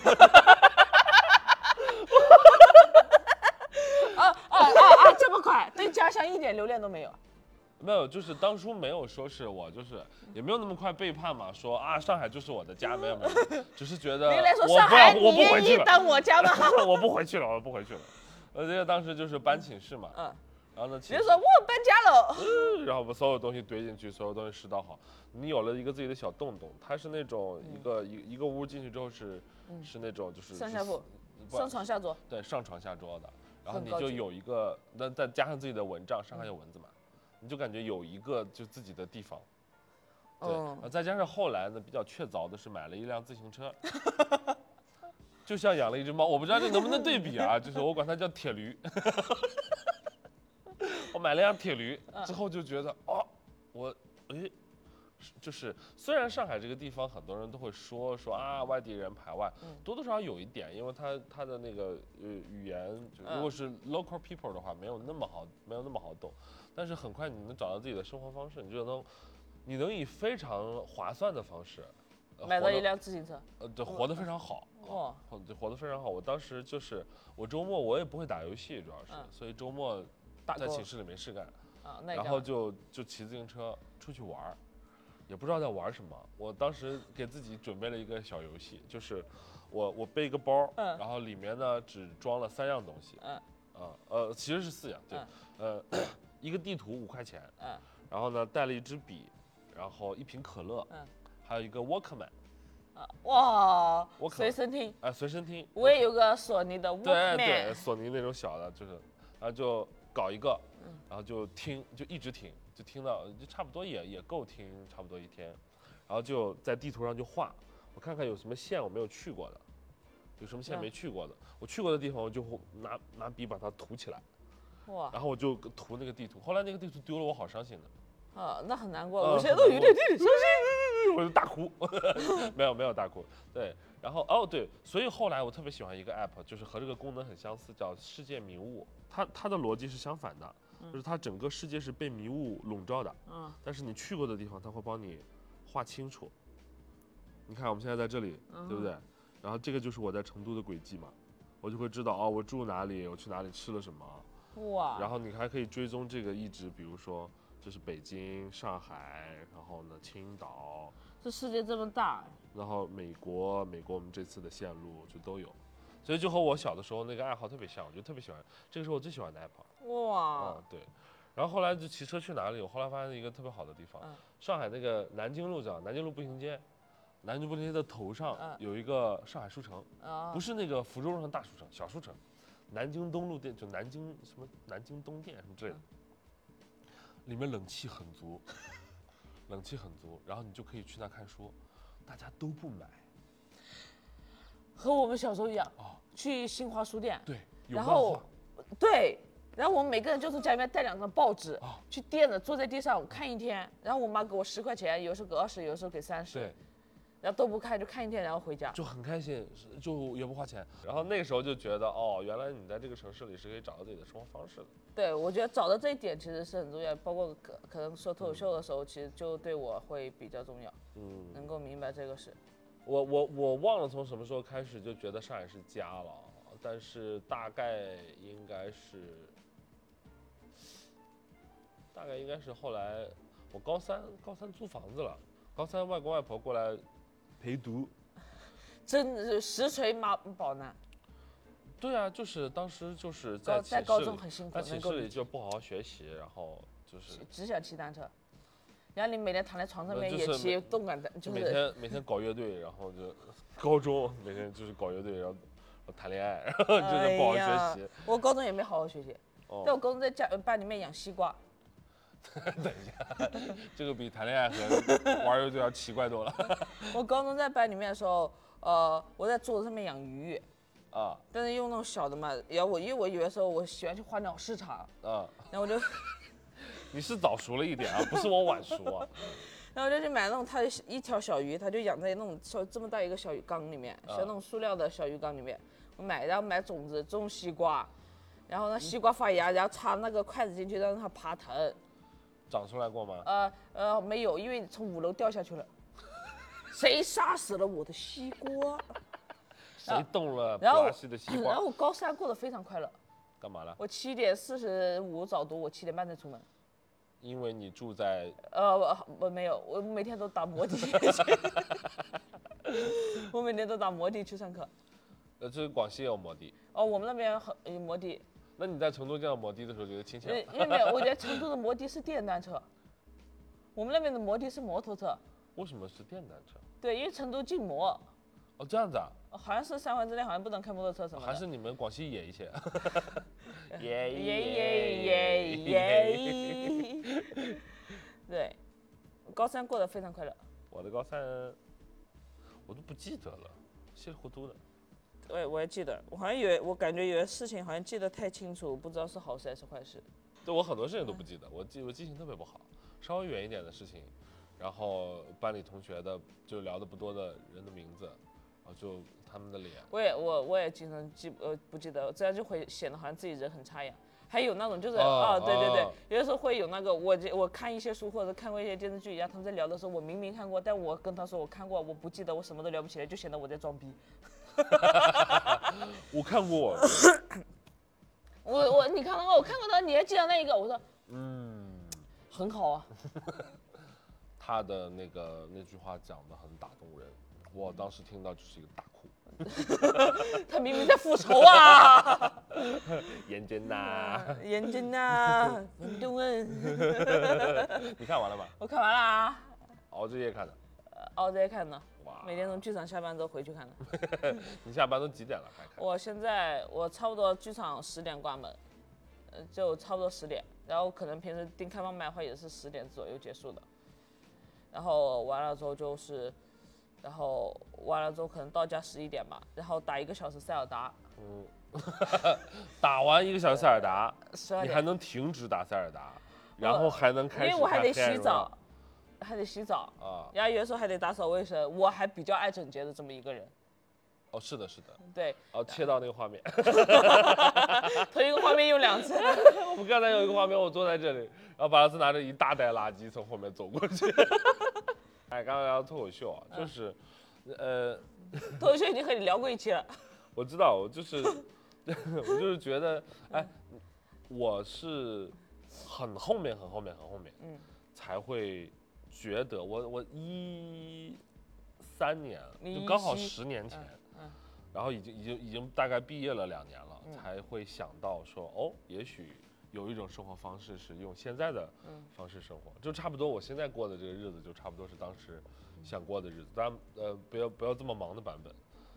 S2: 啊啊啊啊！这么快，对家乡一点留恋都没有。
S1: 没有，就是当初没有说是我就是也没有那么快背叛嘛，说啊上海就是我的家，没有没有，只是觉得
S2: 原来说
S1: 呃我
S2: 上
S1: 不要
S2: 海，
S1: 我
S2: 你
S1: 不回
S2: 愿
S1: 去
S2: 意
S1: 了，
S2: 当我家吗？
S1: [LAUGHS] 我不回去了，我不回去了。呃，这个当时就是搬寝室嘛，
S2: 嗯，
S1: 然后呢，
S2: 比
S1: 寝
S2: 如
S1: 室
S2: 说我搬家了，
S1: 嗯然后把所有东西堆进去，所有东西拾到好，你有了一个自己的小洞洞。它是那种一个一、一个屋进去之后是、是那种就是
S2: 嗯上下铺，
S1: 是
S2: 上床下桌，
S1: 对上床下桌的，然后
S2: 很
S1: 你
S2: 高
S1: 就
S2: 级嗯
S1: 有一个，那再加上自己的蚊帐，上海有蚊子嘛，你就感觉有一个就自己的地方。对，
S2: 嗯
S1: 然后再加上后来呢，比较确凿的是买了一辆自行车， [LAUGHS] 就像养了一只猫。我不知道这能不能对比啊，就是我管它叫铁驴。 [LAUGHS] 我买了辆铁驴
S2: 嗯
S1: 之后就觉得，哦，我诶，是就是虽然上海这个地方很多人都会说说啊外地人排外，
S2: 嗯
S1: 多多少少有一点，因为它它的那个呃语言，就
S2: 嗯
S1: 如果是 local people 的话，没有那么好没有那么好懂，但是很快你能找到自己的生活方式，你就能你能以非常划算的方式。呃
S2: 买到
S1: 活得
S2: 一辆自行车，
S1: 呃，对，活得非常好，
S2: 哇
S1: 活对，活得非常好。我当时就是，我周末我也不会打游戏，主要是，
S2: 嗯
S1: 所以周末
S2: 打
S1: 在
S2: 工
S1: 寝室里没事干，
S2: 啊，那
S1: 然
S2: 你干
S1: 后
S2: 嘛
S1: 就就骑自行车出去玩儿，也不知道在玩什么。我当时给自己准备了一个小游戏，就是我我背一个包，
S2: 嗯
S1: 然后里面呢只装了三样东西，
S2: 嗯
S1: 啊呃其实是四样，对，
S2: 嗯
S1: 呃一个地图五块钱，
S2: 嗯
S1: 然后呢带了一支笔，然后一瓶可乐，
S2: 嗯
S1: 还有一个 Walkman，
S2: 啊，哇
S1: 我，靠
S2: 随身听，
S1: 哎、随身听，
S2: 我也有个索尼的
S1: 对对，
S2: Walkman，
S1: 索尼那种小的，就是，然后就搞一个，然后就听，就一直听，就听到就差不多也也够听差不多一天，然后就在地图上就画，我看看有什么县我没有去过的，有什么县
S2: 嗯
S1: 没去过的，我去过的地方我就会拿拿笔把它涂起来，
S2: 哇，
S1: 然后我就涂那个地图，后来那个地图丢了，我好伤心的。
S2: 啊，那很难过，
S1: 呃
S2: 我现在都有点有点伤心。
S1: 我就大哭， [LAUGHS] 没有没有大哭，对，然后哦对，所以后来我特别喜欢一个 app，就是和这个功能很相似，叫世界迷雾。它它的逻辑是相反的，就是它整个世界是被迷雾笼罩的， [LAUGHS]
S2: 嗯
S1: 但是你去过的地方，它会帮你画清楚。你看我们现在在这里，对不对？然后这个就是我在成都的轨迹嘛，我就会知道哦，我住哪里，我去哪里吃了什么，
S2: 哇，
S1: 然后你还可以追踪这个一直，比如说这是北京、上海，然后呢青岛。
S2: 这世界这么大，
S1: 然后美国，美国我们这次的线路就都有，所以就和我小的时候那个爱好特别像，我就特别喜欢，这个是我最喜欢的 app
S2: 哇
S1: 啊，，对。然后后来就骑车去哪里？我后来发现一个特别好的地方，
S2: 嗯
S1: 上海那个南京路上，南京路步行街，南京路步行街的头上
S2: 嗯
S1: 有一个上海书城，哦
S2: 啊
S1: 不，是那个福州路上的大书城，小书城，南京东路店就南京什么南京东店什么之类的，
S2: 嗯
S1: 里面冷气很足， [LAUGHS] 冷气很足，然后你就可以去那看书，大家都不买。
S2: 和我们小时候一样
S1: 哦，
S2: 去新华书店，
S1: 对，有
S2: 然
S1: 漫
S2: 后
S1: 画，
S2: 对，然后我们每个人就从家里面带两张报纸
S1: 啊
S2: 去垫着，坐在地上看一天。然后我妈给我十块钱，有时候给二十，有时候给三十
S1: 对，，
S2: 然后都不看，就看一天，然后回家。
S1: 就很开心，是就也不花钱。然后那个时候就觉得，哦，原来你在这个城市里是可以找到自己的生活方式的。
S2: 对，我觉得找到这一点其实是很重要，包括可可能说脱口秀的时候，其实就对我会比较重要，
S1: 嗯，
S2: 能够明白这个事。
S1: 我我我忘了从什么时候开始就觉得上海是家了，但是大概应该是，大概应该是后来我高三高三租房子了，高三外公外婆过来陪读，
S2: 真的是实锤妈宝男，
S1: 对啊，就是当时就是在
S2: 高
S1: 寝
S2: 在
S1: 室
S2: 高中
S1: 里
S2: 很辛苦
S1: 在，
S2: 能
S1: 寝
S2: 够
S1: 室
S2: 理
S1: 里
S2: 解
S1: 就不好好学习，然后就是
S2: 只想骑单车，然后你每天躺在床上
S1: 那
S2: 面
S1: 就
S2: 也
S1: 是
S2: 骑
S1: 每
S2: 动感单，就
S1: 每
S2: 是
S1: 天每天搞乐队，然后就高中每天就是搞乐队，然后然后谈恋爱，然后就是不好
S2: 哎
S1: 好学习。
S2: 我高中也没好好学习，
S1: 哦
S2: 但我高中在家呃班里面养西瓜，
S1: 这个比谈恋爱和玩乐队要奇怪多了
S2: 我高中在班里面的时候，呃，我在桌子上面养鱼，
S1: 啊
S2: 但是用那种小的嘛，然后我因为我有的时候我喜欢去花鸟市场，
S1: 啊！
S2: 然后我就 [LAUGHS]
S1: 你是早熟了一点啊，不是我晚熟啊。
S2: 然后我就去买那种它的
S1: 啊
S2: 一条小鱼，它就养在那种小这么大一个小鱼缸里面，像那种塑料的小鱼缸里面。买，然后买种子种西瓜，然后呢西瓜发芽，然后插那个筷子进去让它爬藤。
S1: 长出来过吗？
S2: 呃呃，没有，因为从五楼掉下去了。谁杀死了我的西瓜？
S1: 谁动了普
S2: 然后
S1: 拉
S2: 我
S1: 西的西
S2: 然
S1: 瓜
S2: 后？我高三过得非常快乐。
S1: 干嘛了？
S2: 我七点四十五早读，我七点半才出门。
S1: 因为你住在
S2: 呃，我我没有，我每天都打摩的去， [LAUGHS] 我每天都打摩的去上课。
S1: 呃，这是广西也有摩的。
S2: 哦，我们那边很有摩的，
S1: 那你在成都见到摩的的时候，觉得亲切啊吗
S2: 因为？因为没有，我觉得成都的摩的是电单车，我们那边的摩的是摩托车。
S1: 为什么是电单车？
S2: 对，因为成都禁摩，
S1: 哦，这样子啊，
S2: 好像是三环之内好像不能开摩托车什么的。
S1: 还是你们广西野一
S2: [LAUGHS]
S1: 些？ [LAUGHS] 野
S2: 耶
S1: [LAUGHS]
S2: 耶耶耶！ [LAUGHS] 对，高三过得非常快乐。
S1: 我的高三，我都不记得了，稀里糊涂的。
S2: 对，我还记得，我好像有，我感觉有些事情好像记得太清楚，不知道是好事还是坏事。
S1: 对我很多事情都不记得，我记我记性特别不好，稍微远一点的事情，然后班里同学的就聊的不多的人的名字，然后就他们的脸，
S2: 我也我我也经常记呃不记得，这样就会显得好像自己人很差一样。还有那种就是
S1: 哦
S2: 啊、对对对
S1: 哦，
S2: 有的时候会有那个我这我看一些书或者看过一些电视剧一样，他们在聊的时候，我明明看过，但我跟他说我看过，我不记得，我什么都聊不起来，就显得我在装
S1: [LAUGHS]
S2: 逼。
S1: 我看过，
S2: 我我你看到过，我看过的，你还记得那一个？我说
S1: 嗯，
S2: 很好啊，
S1: 他的那个那句话讲的很打动人，我当时听到就是一个大哭，
S2: 他明明在复仇啊！ [LAUGHS]
S1: 眼睛呐，
S2: 眼睛呐，很 [LAUGHS] 动人。
S1: [LAUGHS] 你看完了吗？
S2: 我看完了啊，
S1: 熬着夜看的，
S2: 熬着夜哦看呢，
S1: 哇，
S2: 每天从剧场下班之后回去看的。
S1: 你下班都几点了还看？
S2: 我现在我差不多剧场十点关门，呃，就差不多十点，然后可能平时订开放麦的话也是十点左右结束的，然后完了之后就是，然后完了之后可能到家十一点吧，然后打一个小时塞尔达，
S1: 打完一个小时塞尔达，
S2: 十二
S1: 你还
S2: 点，
S1: 能停止打塞尔达，然后还能
S2: 因
S1: 开始
S2: 为我还
S1: 看
S2: 得
S1: 黑暗
S2: 洗
S1: 荣耀
S2: 澡，还得洗澡，
S1: 啊，
S2: 然后有的时候还得打扫卫生，我还比较爱整洁的这么一个人，
S1: 哦，是的，是的，
S2: 嗯对，
S1: 哦，切到那个画面。 [LAUGHS]
S2: 同一个画面用两次。 [LAUGHS]
S1: 我们刚才有一个画面，我坐在这里，然后巴拉斯拿着一大袋垃圾从后面走过去。 [LAUGHS] 哎，刚刚聊脱口秀啊，
S2: 嗯
S1: 就是，呃，
S2: 脱口秀已经和你聊过一期了，
S1: 我知道，我就是， [LAUGHS] 我就是觉得，哎，我是很后面、很后面、很后面，
S2: 嗯
S1: 才会觉得我我一三年，
S2: 你
S1: 就刚好
S2: 17
S1: 十年前，
S2: 嗯
S1: 然后已经已经已经大概毕业了两年了，
S2: 嗯
S1: 才会想到说，哦，也许有一种生活方式是用现在的
S2: 嗯
S1: 方式生活，就差不多我现在过的这个日子，就差不多是当时
S2: 嗯
S1: 想过的日子，但呃，不要不要这么忙的版本。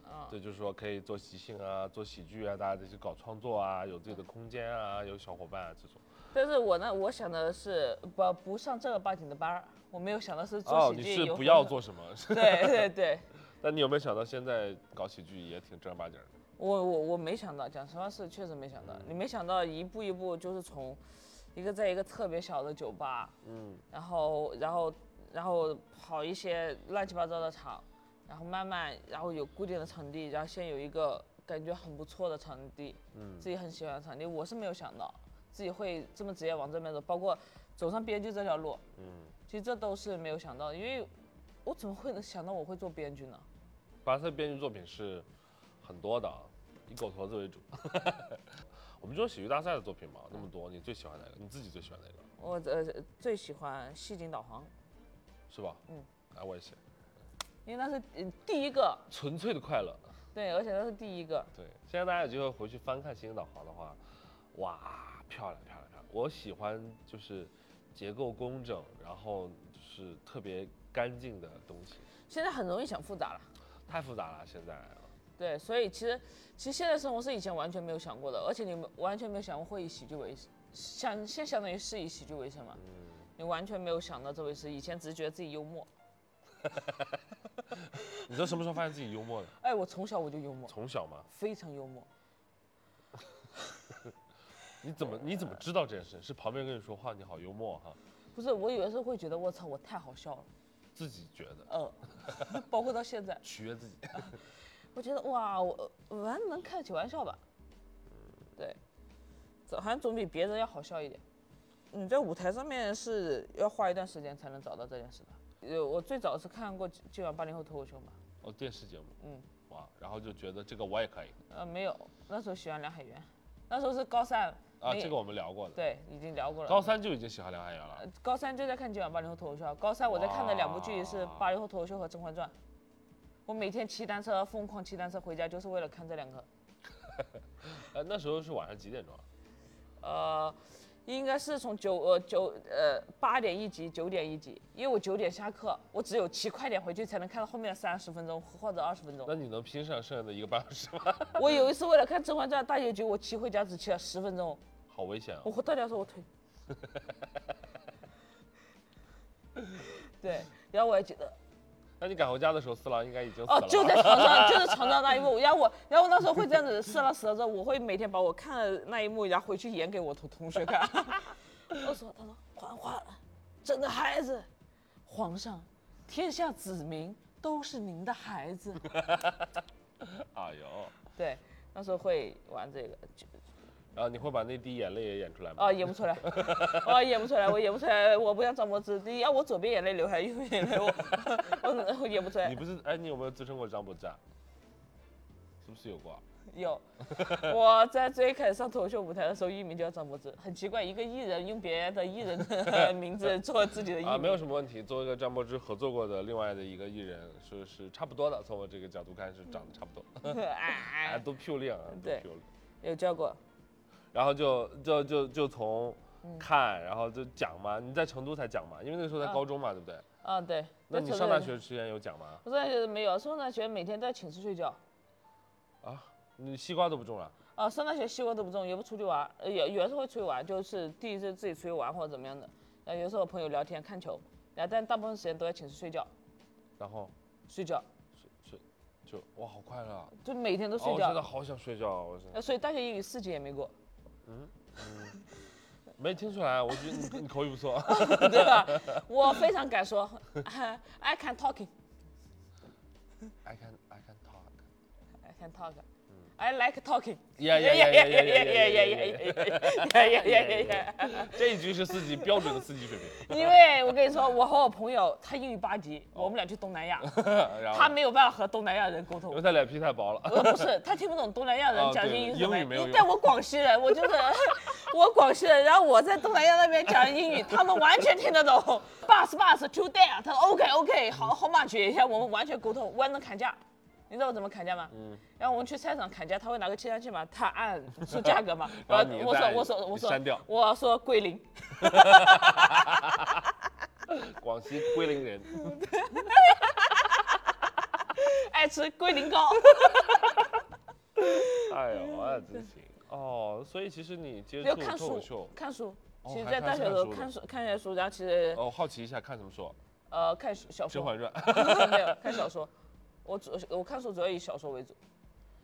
S2: 啊，
S1: 对，就是说可以做即兴啊，做喜剧啊，大家就去搞创作啊，有自己的空间啊，有小伙伴啊这种。
S2: 但是我呢，我想的是不不上正儿八经的班儿，我没有想到是
S1: 哦
S2: 做，喜
S1: 你
S2: 剧、
S1: 是
S2: 有
S1: 不要
S2: 风格，
S1: 做什
S2: [LAUGHS]
S1: 么？
S2: 对对对，
S1: 但你有没有想到现在搞喜剧也挺正儿八经儿的？
S2: 我我我没想到，讲实话是确实没想
S1: 嗯
S2: 到，你没想到一步一步就是从一个在一个特别小的酒吧，
S1: 嗯，
S2: 然后然后然后跑一些乱七八糟的场，然后慢慢然后有固定的场地，然后先有一个感觉很不错的场地，
S1: 嗯
S2: 自己很喜欢的场地，我是没有想到自己会这么直接往这边走，包括走上编剧这条路，
S1: 嗯，
S2: 其实这都是没有想到的，因为我怎么会能想到我会做编剧呢？
S1: 巴塞编剧作品是很多的，啊，以狗头子为主。 [LAUGHS] 我们这种喜剧大赛的作品嘛，那么
S2: 嗯
S1: 多，你最喜欢哪个？你自己最喜欢哪个？
S2: 我呃最喜欢戏精导航，
S1: 是吧？
S2: 嗯，
S1: 哎，我也是，
S2: 因为那是呃第一个，
S1: 纯粹的快乐。
S2: 对，而且那是第一个，
S1: 对，现在大家有机会回去翻看《星星导航》的话，哇，漂亮漂亮漂亮！我喜欢就是结构工整，然后就是特别干净的东西，
S2: 现在很容易想复杂了。
S1: 太复杂了现在。
S2: 对，所以其实其实现在生活是以前完全没有想过的，而且你们完全没有想过会以喜剧为想，现相当于是以喜剧为生嘛，你完全没有想到这回事，以前只是觉得自己幽默，
S1: 你知道什么时候发现自己幽默的？
S2: 哎，我从小我就幽
S1: [LAUGHS]
S2: 默，
S1: 从小吗？
S2: 非常幽默，
S1: 你怎么你怎么知道这件事？是旁边人跟你说话，你好幽默哈，
S2: 不是我有的时候会觉得我操我太好笑了，
S1: 自己觉得
S2: [LAUGHS] 呃，包括到现在，
S1: 取悦自己。
S2: 我觉得哇，我我还能开得起玩笑吧，嗯对，总好像总比别人要好笑一点。你在舞台上面是要花一段时间才能找到这件事的。呃，我最早是看过今今晚八零后脱口秀嘛，
S1: 哦，电视节目，
S2: 嗯，
S1: 哇，然后就觉得这个我也可以
S2: 呃，没有，那时候喜欢梁海源，那时候是高三
S1: 啊，
S2: 没
S1: 这个我们聊过的，
S2: 对，已经聊过了。
S1: 高三就已经喜欢梁海源了
S2: 呃，高三就在看今晚八零后脱口秀，啊高三我在看的两部剧是
S1: 哇
S2: 《八零后脱口秀》和《甄嬛传》，我每天骑单车，疯狂骑单车回家，就是为了看这两个。
S1: 呃，那时候是晚上几点钟啊？
S2: 呃，应该是从九呃九呃八点一集，九点一集，因为我九点下课，我只有骑快点回去才能看到后面的三十分钟或者二十分钟
S1: 那。你能拼上剩下的一个半小时吗？ [LAUGHS]
S2: 我有一次为了看《甄嬛传》大结局，我骑回家只骑了十分钟，
S1: 好危险啊！
S2: 我回到家的时候我腿。 [LAUGHS] 对，然后我还记得，
S1: 那你赶回家的时候，四郎应该已经死
S2: 哦
S1: 了吧。，
S2: 就在床上，就在床上那一幕。然后我，然后我那时候会这样子撕了舌头，我会每天把我看的那一幕，然后回去演给我同同学看。 [LAUGHS] 我说，他说，嬛嬛，真的孩子，皇上，天下子民都是您的孩子。
S1: [LAUGHS] 哎呦，
S2: 对，那时候会玩这个，就
S1: 然后你会把那滴眼泪也演出来吗？
S2: 啊，演不出来， [LAUGHS] 啊，演不出来，我演不出来，我不像张柏芝，你要我左边眼泪流下来，右边眼泪我， [LAUGHS] 我我演不出来
S1: 你。不是哎，你有没有滋生过张柏芝啊？是不是有过啊？
S2: 有， [LAUGHS] 我在最开始上脱口秀舞台的时候，艺名叫张柏芝，很奇怪，一个艺人用别人的艺人
S1: [LAUGHS]
S2: 的名字做自己的艺名，
S1: 啊，没有什么问题。作为一个张柏芝合作过的另外的一个艺人，是是差不多的。从我这个角度看，是长得差不多，
S2: 么，
S1: 哎，
S2: [LAUGHS] 哎，
S1: 都漂亮啊，都
S2: 对
S1: 漂亮。
S2: 有教过，
S1: 然后就就就就从看，然后就讲嘛。你在成都才讲嘛，因为那个时候在
S2: 啊
S1: 高中嘛，对不对？
S2: 啊，对，
S1: 那
S2: 在
S1: 你
S2: 成
S1: 上
S2: 都
S1: 大
S2: 有
S1: 学之前有讲吗？
S2: 我上大学没有，上大学每天都在寝室睡觉，
S1: 啊，你西瓜都不种了？
S2: 啊，上大学西瓜都不种，也不出去玩，呃有有的时候会出去玩，就是第一次自己出去玩或者怎么样的，然后有时候和朋友聊天看球，然后但大部分时间都在寝室睡觉，
S1: 然后
S2: 睡觉，
S1: 睡就哇，好快乐啊！
S2: 就每天都
S1: 哦
S2: 睡
S1: 我
S2: 觉，
S1: 真的好想睡觉啊，我真的
S2: 呃所以大学英语四级也没过。 [LAUGHS]
S1: 没听出来，我觉得你你口语不错。
S2: 对吧？我非常敢说 [LAUGHS] ，I can talking,
S1: I can I can talk.
S2: I can talk, I like talking.
S1: Yeah Mm. yeah yeah yeah yeah yeah yeah yeah yeah.
S2: 呀呀呀
S1: [LAUGHS]
S2: 呀呀！
S1: 这一句是四级标准的四级水平。
S2: 因为我跟你说，我和我朋友他英语八级，我们俩去东
S1: [LAUGHS]
S2: 南亚，
S1: 啊然后
S2: 他没有办法和东南亚人沟
S1: 因
S2: 通
S1: 为。他脸皮太薄了。
S2: [LAUGHS] 呃，不是，他听不懂东南亚人
S1: 哦
S2: 讲
S1: 对
S2: 英语
S1: 英
S2: 是什么
S1: 语没有
S2: 样。
S1: 用，
S2: 但我广西人，我就是 [LAUGHS] 我广西人，然后我在东南亚那边讲英语，他们完全听得懂。Bus [LAUGHS] bus to there，他说 OK OK，好好 much，一下我们完全沟通，我还能砍价。你知道我怎么砍价吗？然后我们去菜场砍价，他会拿个计算器嘛，他按出价格嘛
S1: [LAUGHS] 然后你
S2: 我说
S1: 再
S2: 我说我说
S1: 删掉
S2: 我说桂林，
S1: 广西桂林人，
S2: [LAUGHS] 爱吃桂林
S1: [LAUGHS]
S2: 糕。
S1: 哎呦，我也真行。哦，所以其实你接
S2: 要
S1: 触
S2: 看
S1: 脱口
S2: 书
S1: 秀，，
S2: 看书。
S1: 哦
S2: 其实，
S1: 还
S2: 在
S1: 看
S2: 大学的时候
S1: 看书的
S2: 看书看些书，然后其实
S1: 哦，好奇一下看什么书？
S2: 呃看小
S1: 《甄
S2: 说。
S1: 嬛
S2: [LAUGHS]
S1: 传》
S2: 没有看小说，我主我看书主要以小说为主，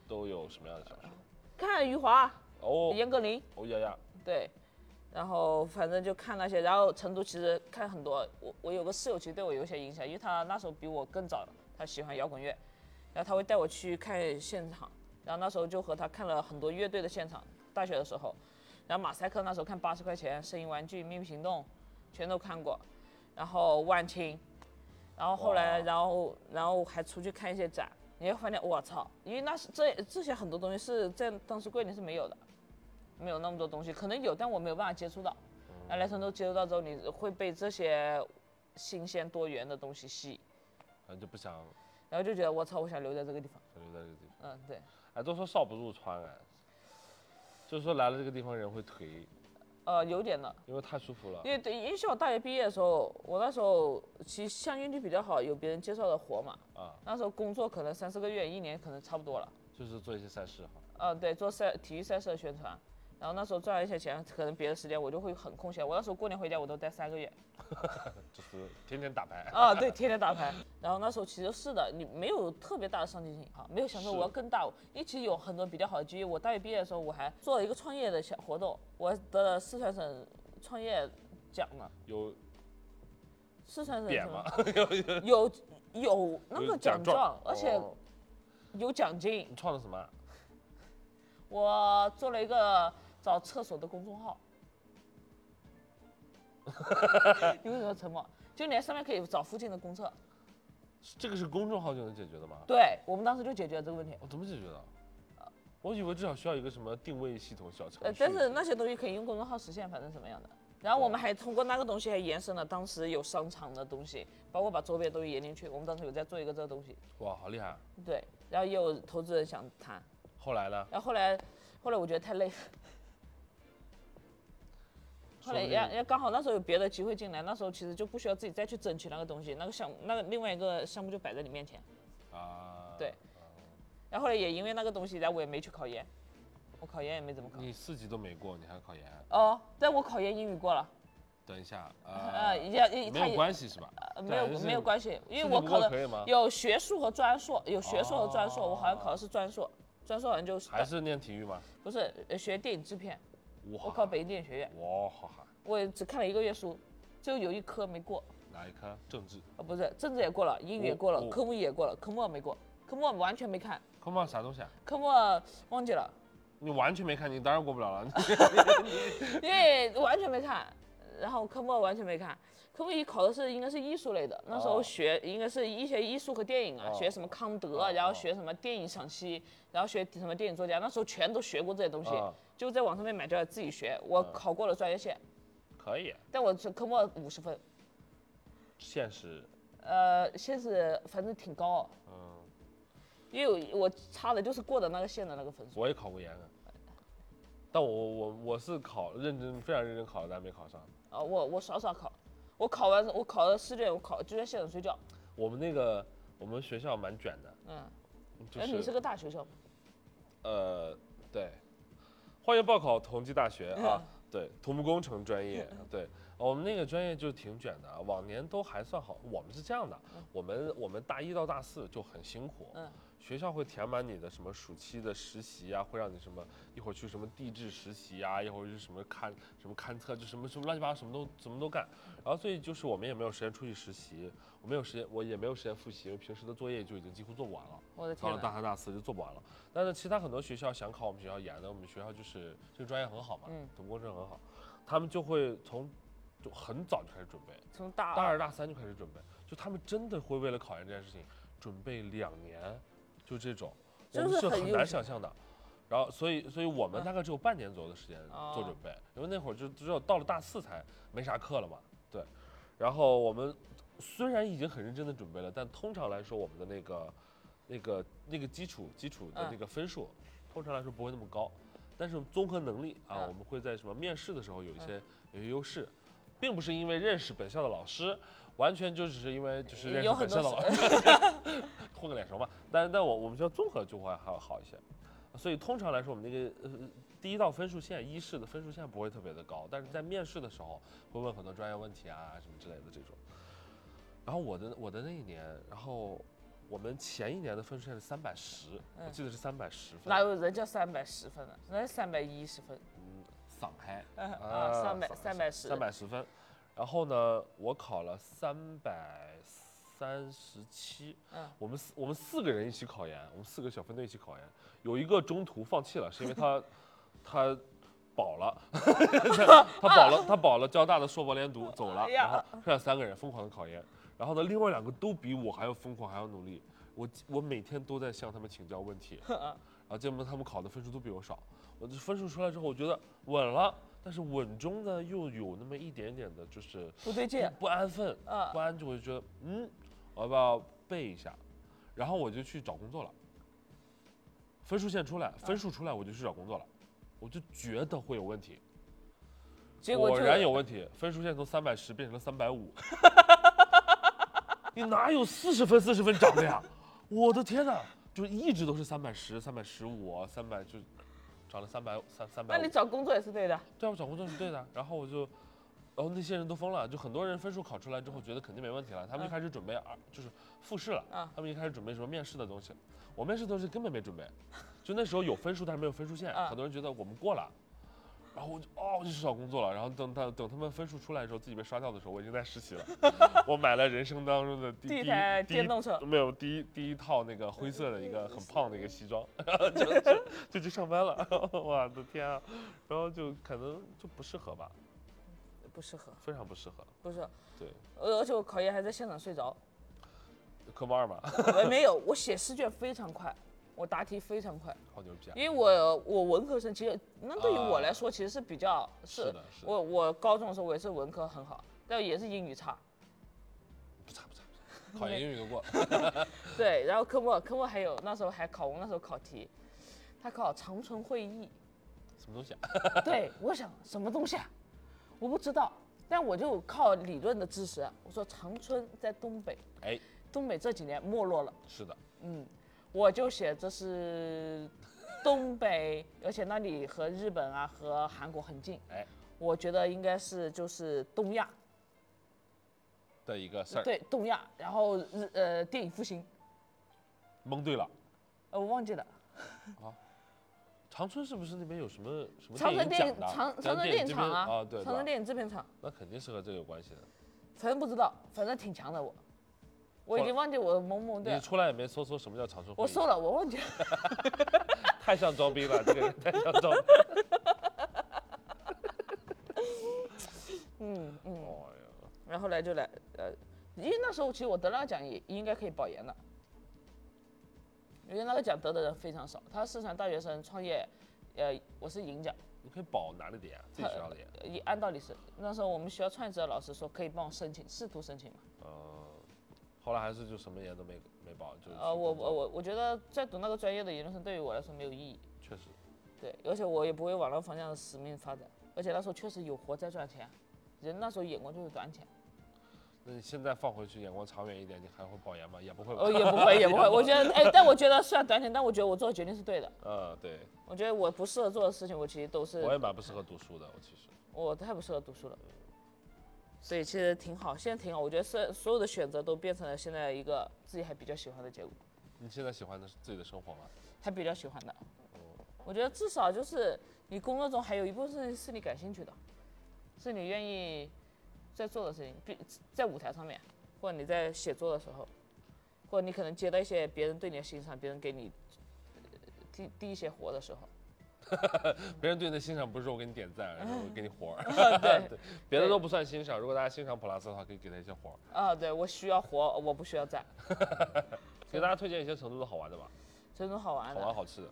S1: 都有什么样的小说？
S2: 看余华、
S1: 哦，
S2: 严歌苓，
S1: 哦呀呀，
S2: 对，然后反正就看那些，然后成都其实看很多，我我有个室友其实对我有一些影响，因为他那时候比我更早，他喜欢摇滚乐，然后他会带我去看现场，然后那时候就和他看了很多乐队的现场，大学的时候，然后马赛克那时候看八十块钱、声音玩具、秘密行动，全都看过，然后万青，然后后来
S1: 哇
S2: 然后然后还出去看一些展，你会发现我操，因为那是这这些很多东西是在当时桂林是没有的，没有那么多东西，可能有但我没有办法接触到，那来成都接触到之后，你会被这些新鲜多元的东西吸引，
S1: 然后就不想
S2: 然后就觉得我操，我想留在这个地方，
S1: 想留在这个地方。
S2: 嗯对。
S1: 哎，都说少不入川哎，就是说来了这个地方人会颓，
S2: 呃，有点的，
S1: 因为太舒服了。
S2: 因为对，因为像我大学毕业的时候，我那时候其实像运气比较好，有别人介绍的活嘛，
S1: 啊，
S2: 那时候工作可能三四个月，一年可能差不多了。
S1: 就是做一些赛事哈。
S2: 呃，对，做赛体育赛事的宣传，然后那时候赚了一些钱，可能别的时间我就会很空闲。我那时候过年回家我都待三个月，
S1: 就是天天打牌。
S2: 啊，对，天天打牌。然后那时候其实是的，你没有特别大的上进心啊，没有想说
S1: 是
S2: 我要更大。因为其实有很多比较好的机遇。我大学毕业的时候，我还做了一个创业的小活动，我还得了四川省创业奖呢。
S1: 有
S2: 四川省
S1: 点
S2: 什么
S1: [LAUGHS] 吗？有有
S2: 有有那
S1: 有
S2: 个
S1: 奖
S2: 奖状，而且
S1: 哦
S2: 有奖金
S1: 你。创的什么啊？
S2: 我做了一个找厕所的公众号。 [LAUGHS] 你为什么沉默？就你在上面可以找附近的公厕。
S1: 这个是公众号就能解决的吗？
S2: 对我们当时就解决了这个问题。
S1: 我、哦怎么解决的？我以为至少需要一个什么定位系统小程序。
S2: 呃，但是那些东西可以用公众号实现，反正什么样的。然后我们还通过那个东西还延伸了当时有商场的东西，包括把周边都延进去。我们当时有在做一个这个东西，
S1: 哇，好厉害啊！
S2: 对。然后也有投资人想谈，
S1: 后来呢？
S2: 然后后来，后来我觉得太累了。后来
S1: 说不
S2: 也
S1: 定
S2: 也刚好那时候有别的机会进来，那时候其实就不需要自己再去争取那个东西，那个项目那个另外一个项目就摆在你面前。
S1: 啊，
S2: 对，然后后来也因为那个东西，然后我也没去考研，我考研也没怎么考。
S1: 你四级都没过，你还考研？
S2: 哦，但我考研英语过了，
S1: 等一下，
S2: 呃，
S1: 呃，
S2: 也也
S1: 没有关
S2: 系，
S1: 系是吧？
S2: 呃没有没有关
S1: 系，
S2: 系，因为
S1: 四级
S2: 我
S1: 不
S2: 考
S1: 过可以
S2: 的
S1: 吗
S2: 有学术和专硕，有学硕和专硕，我好像
S1: 哦
S2: 考的是专硕，专硕好像就是
S1: 还是念体育吗？
S2: 不是呃学电影制片，
S1: 哇，
S2: 我考北京电影学院。
S1: 哇，好哈，
S2: 我只看了一个月书，就有一科没过，
S1: 哪一科？政治。
S2: 呃，不是政治也过了，英语也过了，
S1: 哦哦
S2: 科目一也过了，科目二没过，科目二完全没看，
S1: 科目二啥东西啊？
S2: 科目二忘记了， [LAUGHS]
S1: 你完全没看，你当然过不了了。 [LAUGHS] 你
S2: 因为完全没看，然后科目二完全没看，科目一考的是应该是艺术类的，那时候
S1: 哦
S2: 学应该是一些艺术和电影啊，
S1: 哦
S2: 学什么康德，
S1: 哦
S2: 然后
S1: 哦
S2: 学什么电影赏析，然后学什么电影作家，那时候全都学过这些东西，
S1: 哦
S2: 就在网上面买掉自己学，我考过了专业线，
S1: 可以，
S2: 但我只科目二五十分，
S1: 现实，
S2: 呃，现在反正挺高、
S1: 嗯，
S2: 因为我差的就是过的那个线的那个分数。
S1: 我也考过研啊，但我我我是考认真非常认真考的，但没考上。
S2: 啊，我我少少考，我考完我考了试卷，我考就在现场睡觉。
S1: 我们那个我们学校蛮卷的，
S2: 嗯，
S1: 就
S2: 哎、
S1: 是,、
S2: 你是个大学生，
S1: 呃对，欢迎报考同济大学啊，对土木工程专业，对哦我们那个专业就挺卷的，啊，往年都还算好。我们是这样的，我们我们大一到大四就很辛苦，
S2: 嗯，
S1: 学校会填满你的什么暑期的实习啊，会让你什么一会儿去什么地质实习啊，一会儿去什么勘什么勘测，就什么什么乱七八糟什么都什么都干。然后所以就是我们也没有时间出去实习，我没有时间，我也没有时间复习，因为平时的作业就已经几乎做不完了。
S2: 我的
S1: 到
S2: 天
S1: 了大
S2: 呐，
S1: 三大四就做不完了。但是其他很多学校想考我们学校研的，我们学校就是这个专业很好嘛，
S2: 嗯
S1: 土木工程很好，他们就会从就很早就开始准备，
S2: 从大
S1: 大
S2: 二
S1: 二大三就开始准备，就他们真的会为了考研这件事情准备两年，就这种，我
S2: 真
S1: 们
S2: 是
S1: 是
S2: 很
S1: 很
S2: 用
S1: 难
S2: 心
S1: 想象的。然后，所以，所以我们
S2: 嗯
S1: 大概只有半年左右的时间做
S2: 哦
S1: 准备，因为那会儿就只有到了大四才没啥课了嘛，对。然后我们虽然已经很认真的准备了，但通常来说，我们的那个、那个、那个基础基础的
S2: 嗯
S1: 那个分数，通常来说不会那么高。但是综合能力啊，
S2: 嗯
S1: 我们会在什么面试的时候有一些有些优势，并不是因为认识本校的老师，完全就只是因为就是认识
S2: 呃有很
S1: 本校的
S2: 多
S1: 老师，
S2: [LAUGHS]
S1: 混个脸熟嘛。但但我我们学校综合就会还要好一些，所以通常来说我们那个、呃、第一道分数线一试的分数线不会特别的高，但是在面试的时候会问很多专业问题啊什么之类的这种。然后我的我的那一年，然后我们前一年的分数线是三百十，我
S2: 嗯
S1: 记得是三百十分。
S2: 哪有人家三百十分的，人家三百一十分，
S1: 嗯，上海
S2: [LAUGHS] 啊三百三百十
S1: 三百十分。然后呢，我考了三百三十七。
S2: 嗯
S1: 我们四我们四个人一起考研，我们四个小分队一起考研，有一个中途放弃了，是因为他他饱
S2: [LAUGHS]
S1: 了，他饱了，他饱了交大的硕博连读走了，
S2: 哎
S1: 然
S2: 呀
S1: 后剩下三个人疯狂的考研。然后呢，另外两个都比我还要疯狂，还要努力。我我每天都在向他们请教问
S2: [LAUGHS]
S1: 题，
S2: 啊
S1: 然后结果他们考的分数都比我少。我这分数出来之后，我觉得稳了，但是稳中呢又有那么一点点的，就是
S2: 不对劲。
S1: 不安分，
S2: 嗯
S1: 不安就会觉得，嗯，我要不要背一下？然后我就去找工作了。分数线出来，
S2: 嗯
S1: 分数出来我就去找工作了，我就觉得会有问题，
S2: 结果
S1: 果
S2: 就
S1: 然有问题，分数线从三百十变成了三百
S2: [LAUGHS]
S1: 五。你哪有四十分四十分涨的呀？我的天哪，就是一直都是三百十、三百十五、啊三百就涨了三百三三百。
S2: 那你找工作也是对的，
S1: 对啊，我找工作是对的。然后我就，然后那些人都疯了，就很多人分数考出来之后觉得肯定没问题了，他们就
S2: 嗯
S1: 开始准备啊，就是复试了，
S2: 嗯
S1: 他们就开始准备什么面试的东西。我面试的东西根本没准备，就那时候有分数，但是没有分数线，
S2: 嗯
S1: 很多人觉得我们过了。然后我就哦，我就去找工作了。然后等他等他们分数出来的时候，自己被刷掉的时候，我已经在实习了。我买了人生当中的第
S2: 第一
S1: 第
S2: 台
S1: 第一
S2: 电动车
S1: 没有第一第一套那个灰色的一个很胖的一个西
S2: [LAUGHS]
S1: 装，然后就就就去上班了。 [LAUGHS] 我的天啊！然后就可能就不适合吧，
S2: 不适合，
S1: 非常不适合。
S2: 不适合。
S1: 对，
S2: 呃而且我考研还在现场睡着，
S1: 科目二嘛， [LAUGHS]
S2: 我没有，我写试卷非常快，我答题非常快，
S1: 好牛逼啊
S2: 因！为我我文科生，其实那对于我来说其实是比较
S1: 啊是的是的
S2: 我我高中的时候我也是文科很好，但也是英语差。
S1: 不差不差不差，考研英语都过。
S2: 对，然后科目科目还有那时候还考，我那时候考题，他考长春
S1: [LAUGHS]
S2: 会议，
S1: 什么东西啊？
S2: 对我想什么东西啊，我不知道，但我就靠理论的知识啊，我说长春在东北，
S1: 哎，
S2: 东北这几年没落了，
S1: 是的，
S2: 我就写这是东北，而且那里和日本啊和韩国很近，
S1: 哎
S2: 我觉得应该是就是东亚，
S1: 的一个事儿，
S2: 对东亚，然后日呃电影复兴，
S1: 蒙对了。
S2: 呃我忘记了。
S1: 长春是不是那边有什么什么
S2: 长
S1: 电
S2: 春电
S1: 影
S2: 影
S1: 奖的
S2: 长长春电影厂
S1: 啊，
S2: 啊，
S1: 对，
S2: 长春
S1: 对吧
S2: 电影制片厂，
S1: 那肯定是和这个有关系的。
S2: 反正不知道，反正挺强的我，我已经忘记我萌萌对啊
S1: 你，出来也没搜搜什么叫长春会议？
S2: 我搜了，我忘记了，
S1: 太像装逼了，这个
S2: [LAUGHS]
S1: 人太像装逼。
S2: 嗯嗯，
S1: 哦呀，
S2: 然后后来就来呃，因为那时候其实我得那个奖也应该可以保研了，因为那个奖得的人非常少，他四川大学生创业，呃，我是银奖，
S1: 你可以保哪里的呀？自己学校的呀？
S2: 呃一按道理是那时候我们学校创制的老师说可以帮我申请，试图申请嘛，
S1: 嗯，后来还是就什么研都没没保，就是
S2: 呃，我我
S1: 我
S2: 我我觉得在读那个专业的研究生对于我来说没有意义。
S1: 确实
S2: 对，而且我也不会往那个方向使命发展，而且那时候确实有活在赚钱，人那时候眼光就是短浅，
S1: 那你现在放回去，眼光长远一点，你还会保研吗？也不会吧
S2: 呃，？也不会，也不会，我觉得，哎，但我觉得虽然短浅，但我觉得我做的决定是对的，
S1: 嗯，对，
S2: 我觉得我不适合做的事情，我其实都是
S1: 我也蛮不适合读书的，我其实。
S2: 我太不适合读书了，所以其实挺好，现在挺好，我觉得是所有的选择都变成了现在一个自己还比较喜欢的结果，
S1: 你现在喜欢的是自己的生活
S2: [LAUGHS]
S1: 吗？
S2: 还比较喜欢的，我觉得至少就是你工作中还有一部分事情是你感兴趣的，是你愿意在做的事情，比在舞台上面，或者你在写作的时候，或者你可能接到一些别人对你的欣赏，别人给你呃递递一些活的时候，
S1: 别人对你的欣赏不是说我给你点赞，而是我给你活
S2: [LAUGHS]
S1: 儿。
S2: 对
S1: 对，别的都不算欣赏。如果大家欣赏普拉斯的话，可以给他一些活儿。
S2: 啊，对我需要活，我不需要赞，
S1: 给大家推荐一些成都的好玩的吧，
S2: 成都好
S1: 好
S2: 玩
S1: 玩啊
S2: 的，
S1: 好吃的。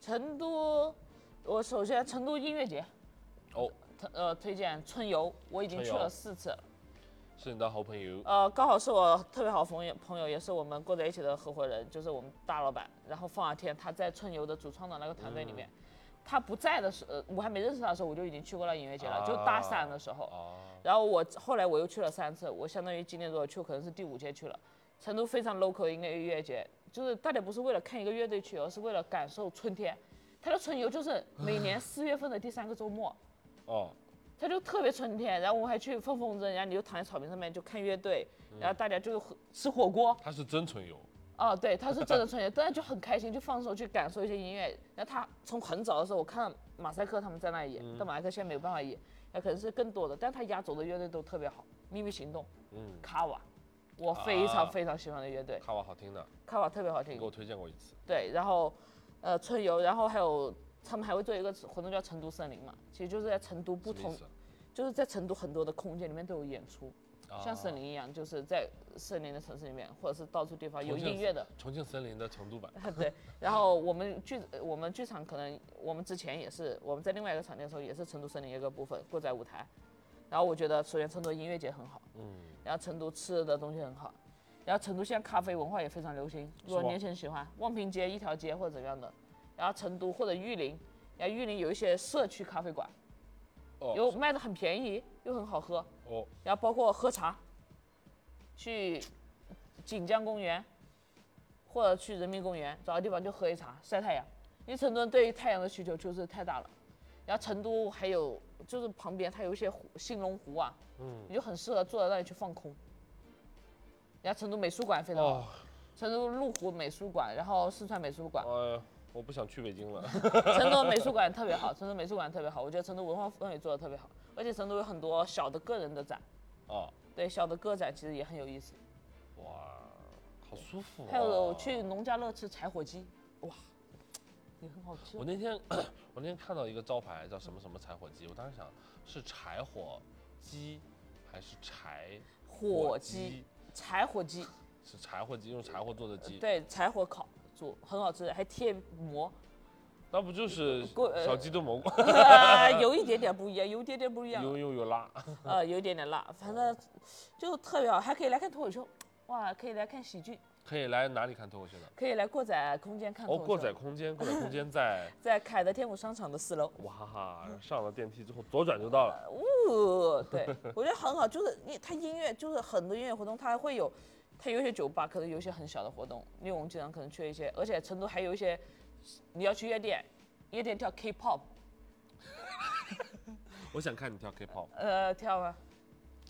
S2: 成都，我首先成都音乐节，
S1: 哦，
S2: 特呃推荐春游，我已经
S1: 春
S2: 去
S1: 游
S2: 了四次了。
S1: 是你的好朋友
S2: 呃，刚好是我特别好的朋友，朋友也是我们过在一起的合伙人，就是我们大老板。然后方小天他在春游的主创的那个团队里面，他不在的时候，呃我还没认识他的时候，我就已经去过那音乐节了，就大三的时候。
S1: 啊，
S2: 然后我后来我又去了三次，我相当于今年如果去，可能是第五届去了。成都非常 local 的一个音乐节，就是大家不是为了看一个乐队去，而是为了感受春天。他的春游就是每年四月份的第三个周末。
S1: 哦，
S2: 它就特别春天。然后我们还去放风筝，然后你就躺在草坪上面就看乐队，
S1: 嗯
S2: 然后大家就喝吃火锅。
S1: 它是真纯油，
S2: 哦，对，它是真的春天，大家就很开心，就放手去感受一些音乐。然后他从很早的时候，我看到马赛克他们在那里演，
S1: 嗯
S2: 但马赛克现在没有办法演，那可能是更多的。但他压轴的乐队都特别好，秘密行动，
S1: 嗯，
S2: 卡瓦。我非常
S1: 啊
S2: 非常喜欢的乐队，
S1: 卡瓦好听的，
S2: 卡瓦特别好听
S1: 你给。我推荐过一次。
S2: 对，然后呃春游，然后还有他们还会做一个活动叫成都森林嘛，其实就是在成都不
S1: 什么
S2: 同
S1: 意思，
S2: 就是在成都很多的空间里面都有演出，
S1: 啊
S2: 像森林一样，就是在森林的城市里面，或者是到处地方有
S1: 重庆
S2: 音
S1: [LAUGHS]
S2: 乐的。
S1: 重庆森林的成都版，
S2: 对，然后我们剧我们剧场可能我们之前也是我们在另外一个场地的时候也是成都森林一个部分过载舞台，然后我觉得首先成都音乐节很好，嗯，然后成都吃的东西很好，然后成都现在咖啡文化也非常流行，如果
S1: 吗
S2: 年轻人喜欢，望平街一条街或者怎么样的，然后成都或者玉林，然后玉林有一些社区咖啡馆，
S1: 哦
S2: 有卖的很便宜又很好喝，
S1: 哦，
S2: 然后包括喝茶，去锦江公园或者去人民公园找个地方就喝一茶晒太阳，因为成都人对于太阳的需求就是太大了。然后成都还有就是旁边它有一些湖，兴隆湖啊，嗯，你就很适合坐在那里去放空。然后成都美术馆非常好，
S1: 哦，
S2: 成都麓湖美术馆，然后四川美术馆，
S1: 呃，我不想去北京了。 [LAUGHS]
S2: 成都美术馆特别好，成都美术馆特别好，我觉得成都文化氛围做的特别好，而且成都有很多小的个人的展，
S1: 哦，
S2: 对，小的个展其实也很有意思。
S1: 哇，好舒服、啊。
S2: 还有去农家乐吃柴火鸡，哇，也很好吃
S1: 我。那天 [CLEARS THROAT] 我那天看到一个招牌叫什么什么柴火鸡，我当时想是柴火鸡还是柴
S2: 火鸡，柴火鸡，
S1: 是柴火鸡，用柴火做的鸡，
S2: 对，柴火烤煮很好吃，还贴 [LAUGHS] 膜，
S1: 那不就是
S2: 过呃
S1: 小鸡炖蘑菇？ [LAUGHS]
S2: 呃有一点点不一样，有一点点不一样，
S1: 又又又辣，
S2: 呃，有一点点辣，反正就特别好，还可以来看脱口秀，哇，可以来看喜剧，
S1: 可以来哪里看脱口秀呢？
S2: 可以来过载空间看脱
S1: 哦，
S2: 口秀。
S1: 过载空间，过载空间
S2: [LAUGHS]
S1: 在
S2: 在凯德天府商场的四楼。
S1: 哇哈哈，上了电梯之后左转就到了。
S2: 哦，对， [LAUGHS] 我觉得很好，就是你它音乐就是很多音乐活动，它还会有，它有一些酒吧，可能有一些很小的活动，因为我们经常可能去一些，而且成都还有一些，你要去夜店，夜店跳 K-pop，
S1: 我想看你跳 K-pop，
S2: 呃，跳吗？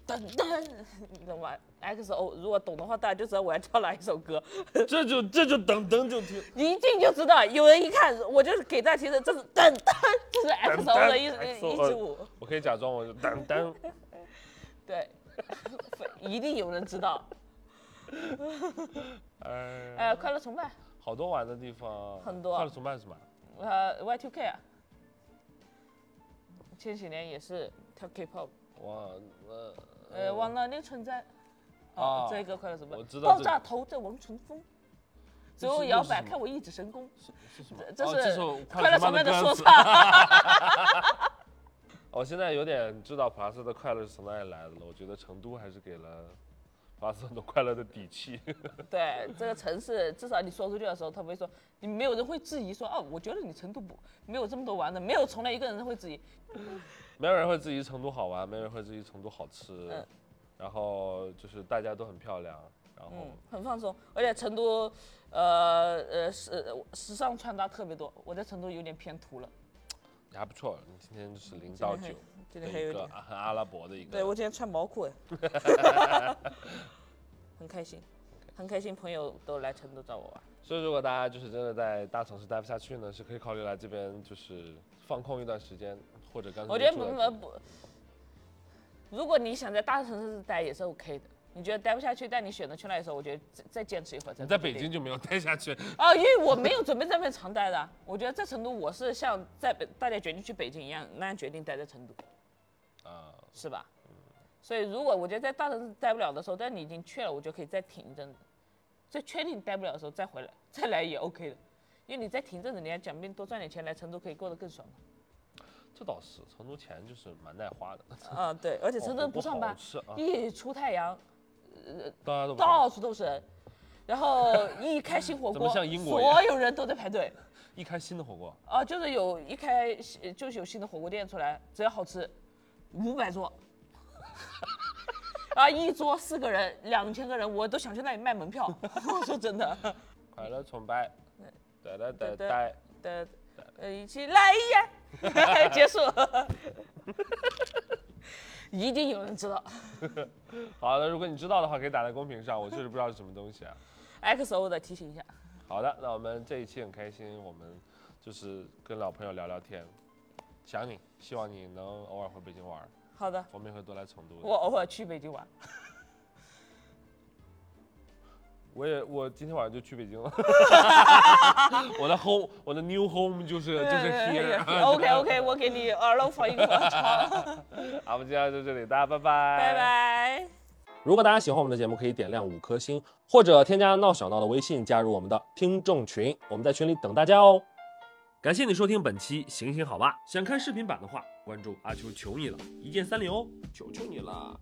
S2: 噔噔，你懂吧？XO，如果懂的话，大家就知道我要跳哪一首歌，
S1: 这就这就等等就听。
S2: 你一进就知道。有人一看，我就是给大家提示，这是噔噔，这是 XO 的一
S1: 噔
S2: 一支舞。
S1: 我可以假装我就当当，
S2: 对， [LAUGHS] 一定有人知道。
S1: 哎，
S2: 呃，快乐崇拜，
S1: 好多玩的地方，
S2: 很多
S1: 快乐崇拜是什么？
S2: 呃，Y2K 啊，千禧年也是跳 K-pop，
S1: 哇，呃，
S2: 呃，忘了那个存在，
S1: 啊
S2: 哦，这个快乐崇拜，
S1: 我知道
S2: 爆
S1: 这
S2: 炸头的王晨风，
S1: 这
S2: 只
S1: 是这
S2: 有摇
S1: 是
S2: 摆
S1: 什么
S2: 看我一指神功，
S1: 是什么？
S2: 这这
S1: 哦
S2: 是
S1: 首
S2: 快乐崇拜
S1: 拜
S2: 的说
S1: 歌词。
S2: 唱，
S1: [LAUGHS] 我现在有点知道普拉斯的快乐是从哪里来的了。我觉得成都还是给了普拉斯很多快乐的底气。
S2: 对，这个城市至少你说出去的时候，他不会说你没有人会质疑说，哦，我觉得你成都不没有这么多玩的，没有从来一个人会质疑，
S1: 没有人会质疑成都好玩，没有人会质疑成都好吃，
S2: 嗯
S1: 然后就是大家都很漂亮，然后、
S2: 嗯，很放松，而且成都，呃呃时时尚穿搭特别多，我在成都有点偏土了，
S1: 也还不错。你今天就是零到
S2: [LAUGHS]
S1: 九
S2: 今
S1: 的
S2: 天还有
S1: 一
S2: 一
S1: 个
S2: 点。
S1: 啊很阿拉伯的一个，
S2: 对我今天穿
S1: [LAUGHS]
S2: 毛裤，哎很开心，很开心，朋友都来成都找我玩。
S1: 所以如果大家就是真的在大城市待不下去呢，是可以考虑来这边就是放空一段时间，或者干脆
S2: 我觉得
S1: 就
S2: 不
S1: 住在这
S2: 不不，如果你想在大城市待也是 OK 的。你觉得待不下去，但你选择去那里的时候，我觉得再再坚持一会儿再
S1: 你
S2: 做
S1: 在
S2: 决定。
S1: 北京就没有待下去， [LAUGHS]
S2: 啊、因为我没有准备在那边长待的啊。我觉得在成都，我是像在北大家决定去北京一样，那样决定待在成都，
S1: 啊、
S2: 是吧？所以如果我觉得在大城市待不了的时候，但你已经去了，我就可以再停一阵子，在确定待不了的时候再回来，再来也 OK 的，因为你再停一阵子，你还讲不定多赚点钱来成都可以过得更爽嘛。
S1: 这倒是，成都钱就是蛮耐花的。
S2: 啊，对，而且成都
S1: 火锅
S2: 不上
S1: 好
S2: 班
S1: 吃啊，
S2: 一出太阳
S1: 大家都不上
S2: 到处都是人，然后一开新
S1: [LAUGHS]
S2: 火
S1: 怎么
S2: 锅，
S1: 像英国一样
S2: 所有人都在排队。
S1: 一开新的火锅，
S2: 啊，就是有一开新就是有新的火锅店出来，只要好吃，五百桌， [LAUGHS] 啊，一桌四个人，两千个人，我都想去那里卖门票。 [LAUGHS] 我说真的，
S1: 快乐崇拜，对对对
S2: 对
S1: 对。
S2: 的呃，一起来呀， [LAUGHS] 结束，一定有人知道
S1: 好的，如果你知道的话，可以打在公屏上，我确实不知道是什么东西啊。 [LAUGHS]
S2: XO 的提醒一下，
S1: 好的，那我们这一期很开心，我们就是跟老朋友聊聊天，想你，希望你能偶尔回北京玩儿，
S2: 好的，
S1: 我们也会多来成都的。
S2: 我偶尔去北京玩，
S1: 我也我今天晚上就去北
S2: [LAUGHS]
S1: 京了，我的 home 我的 new home 就是就是 here。
S2: 哎
S1: 啊
S2: OK OK，我给你二楼放一 [LAUGHS] 个广场，
S1: 好，我们今天就到这里，大家拜拜。
S2: 拜。拜。
S1: 如果大家喜欢我们的节目，可以点亮五颗星，或者添加闹小闹的微信，加入我们的听众群，我们在群里等大家哦。感谢你收听本期《行行好吧》，想看视频版的话，关注阿秋求你了，一键三连哦，求求你了。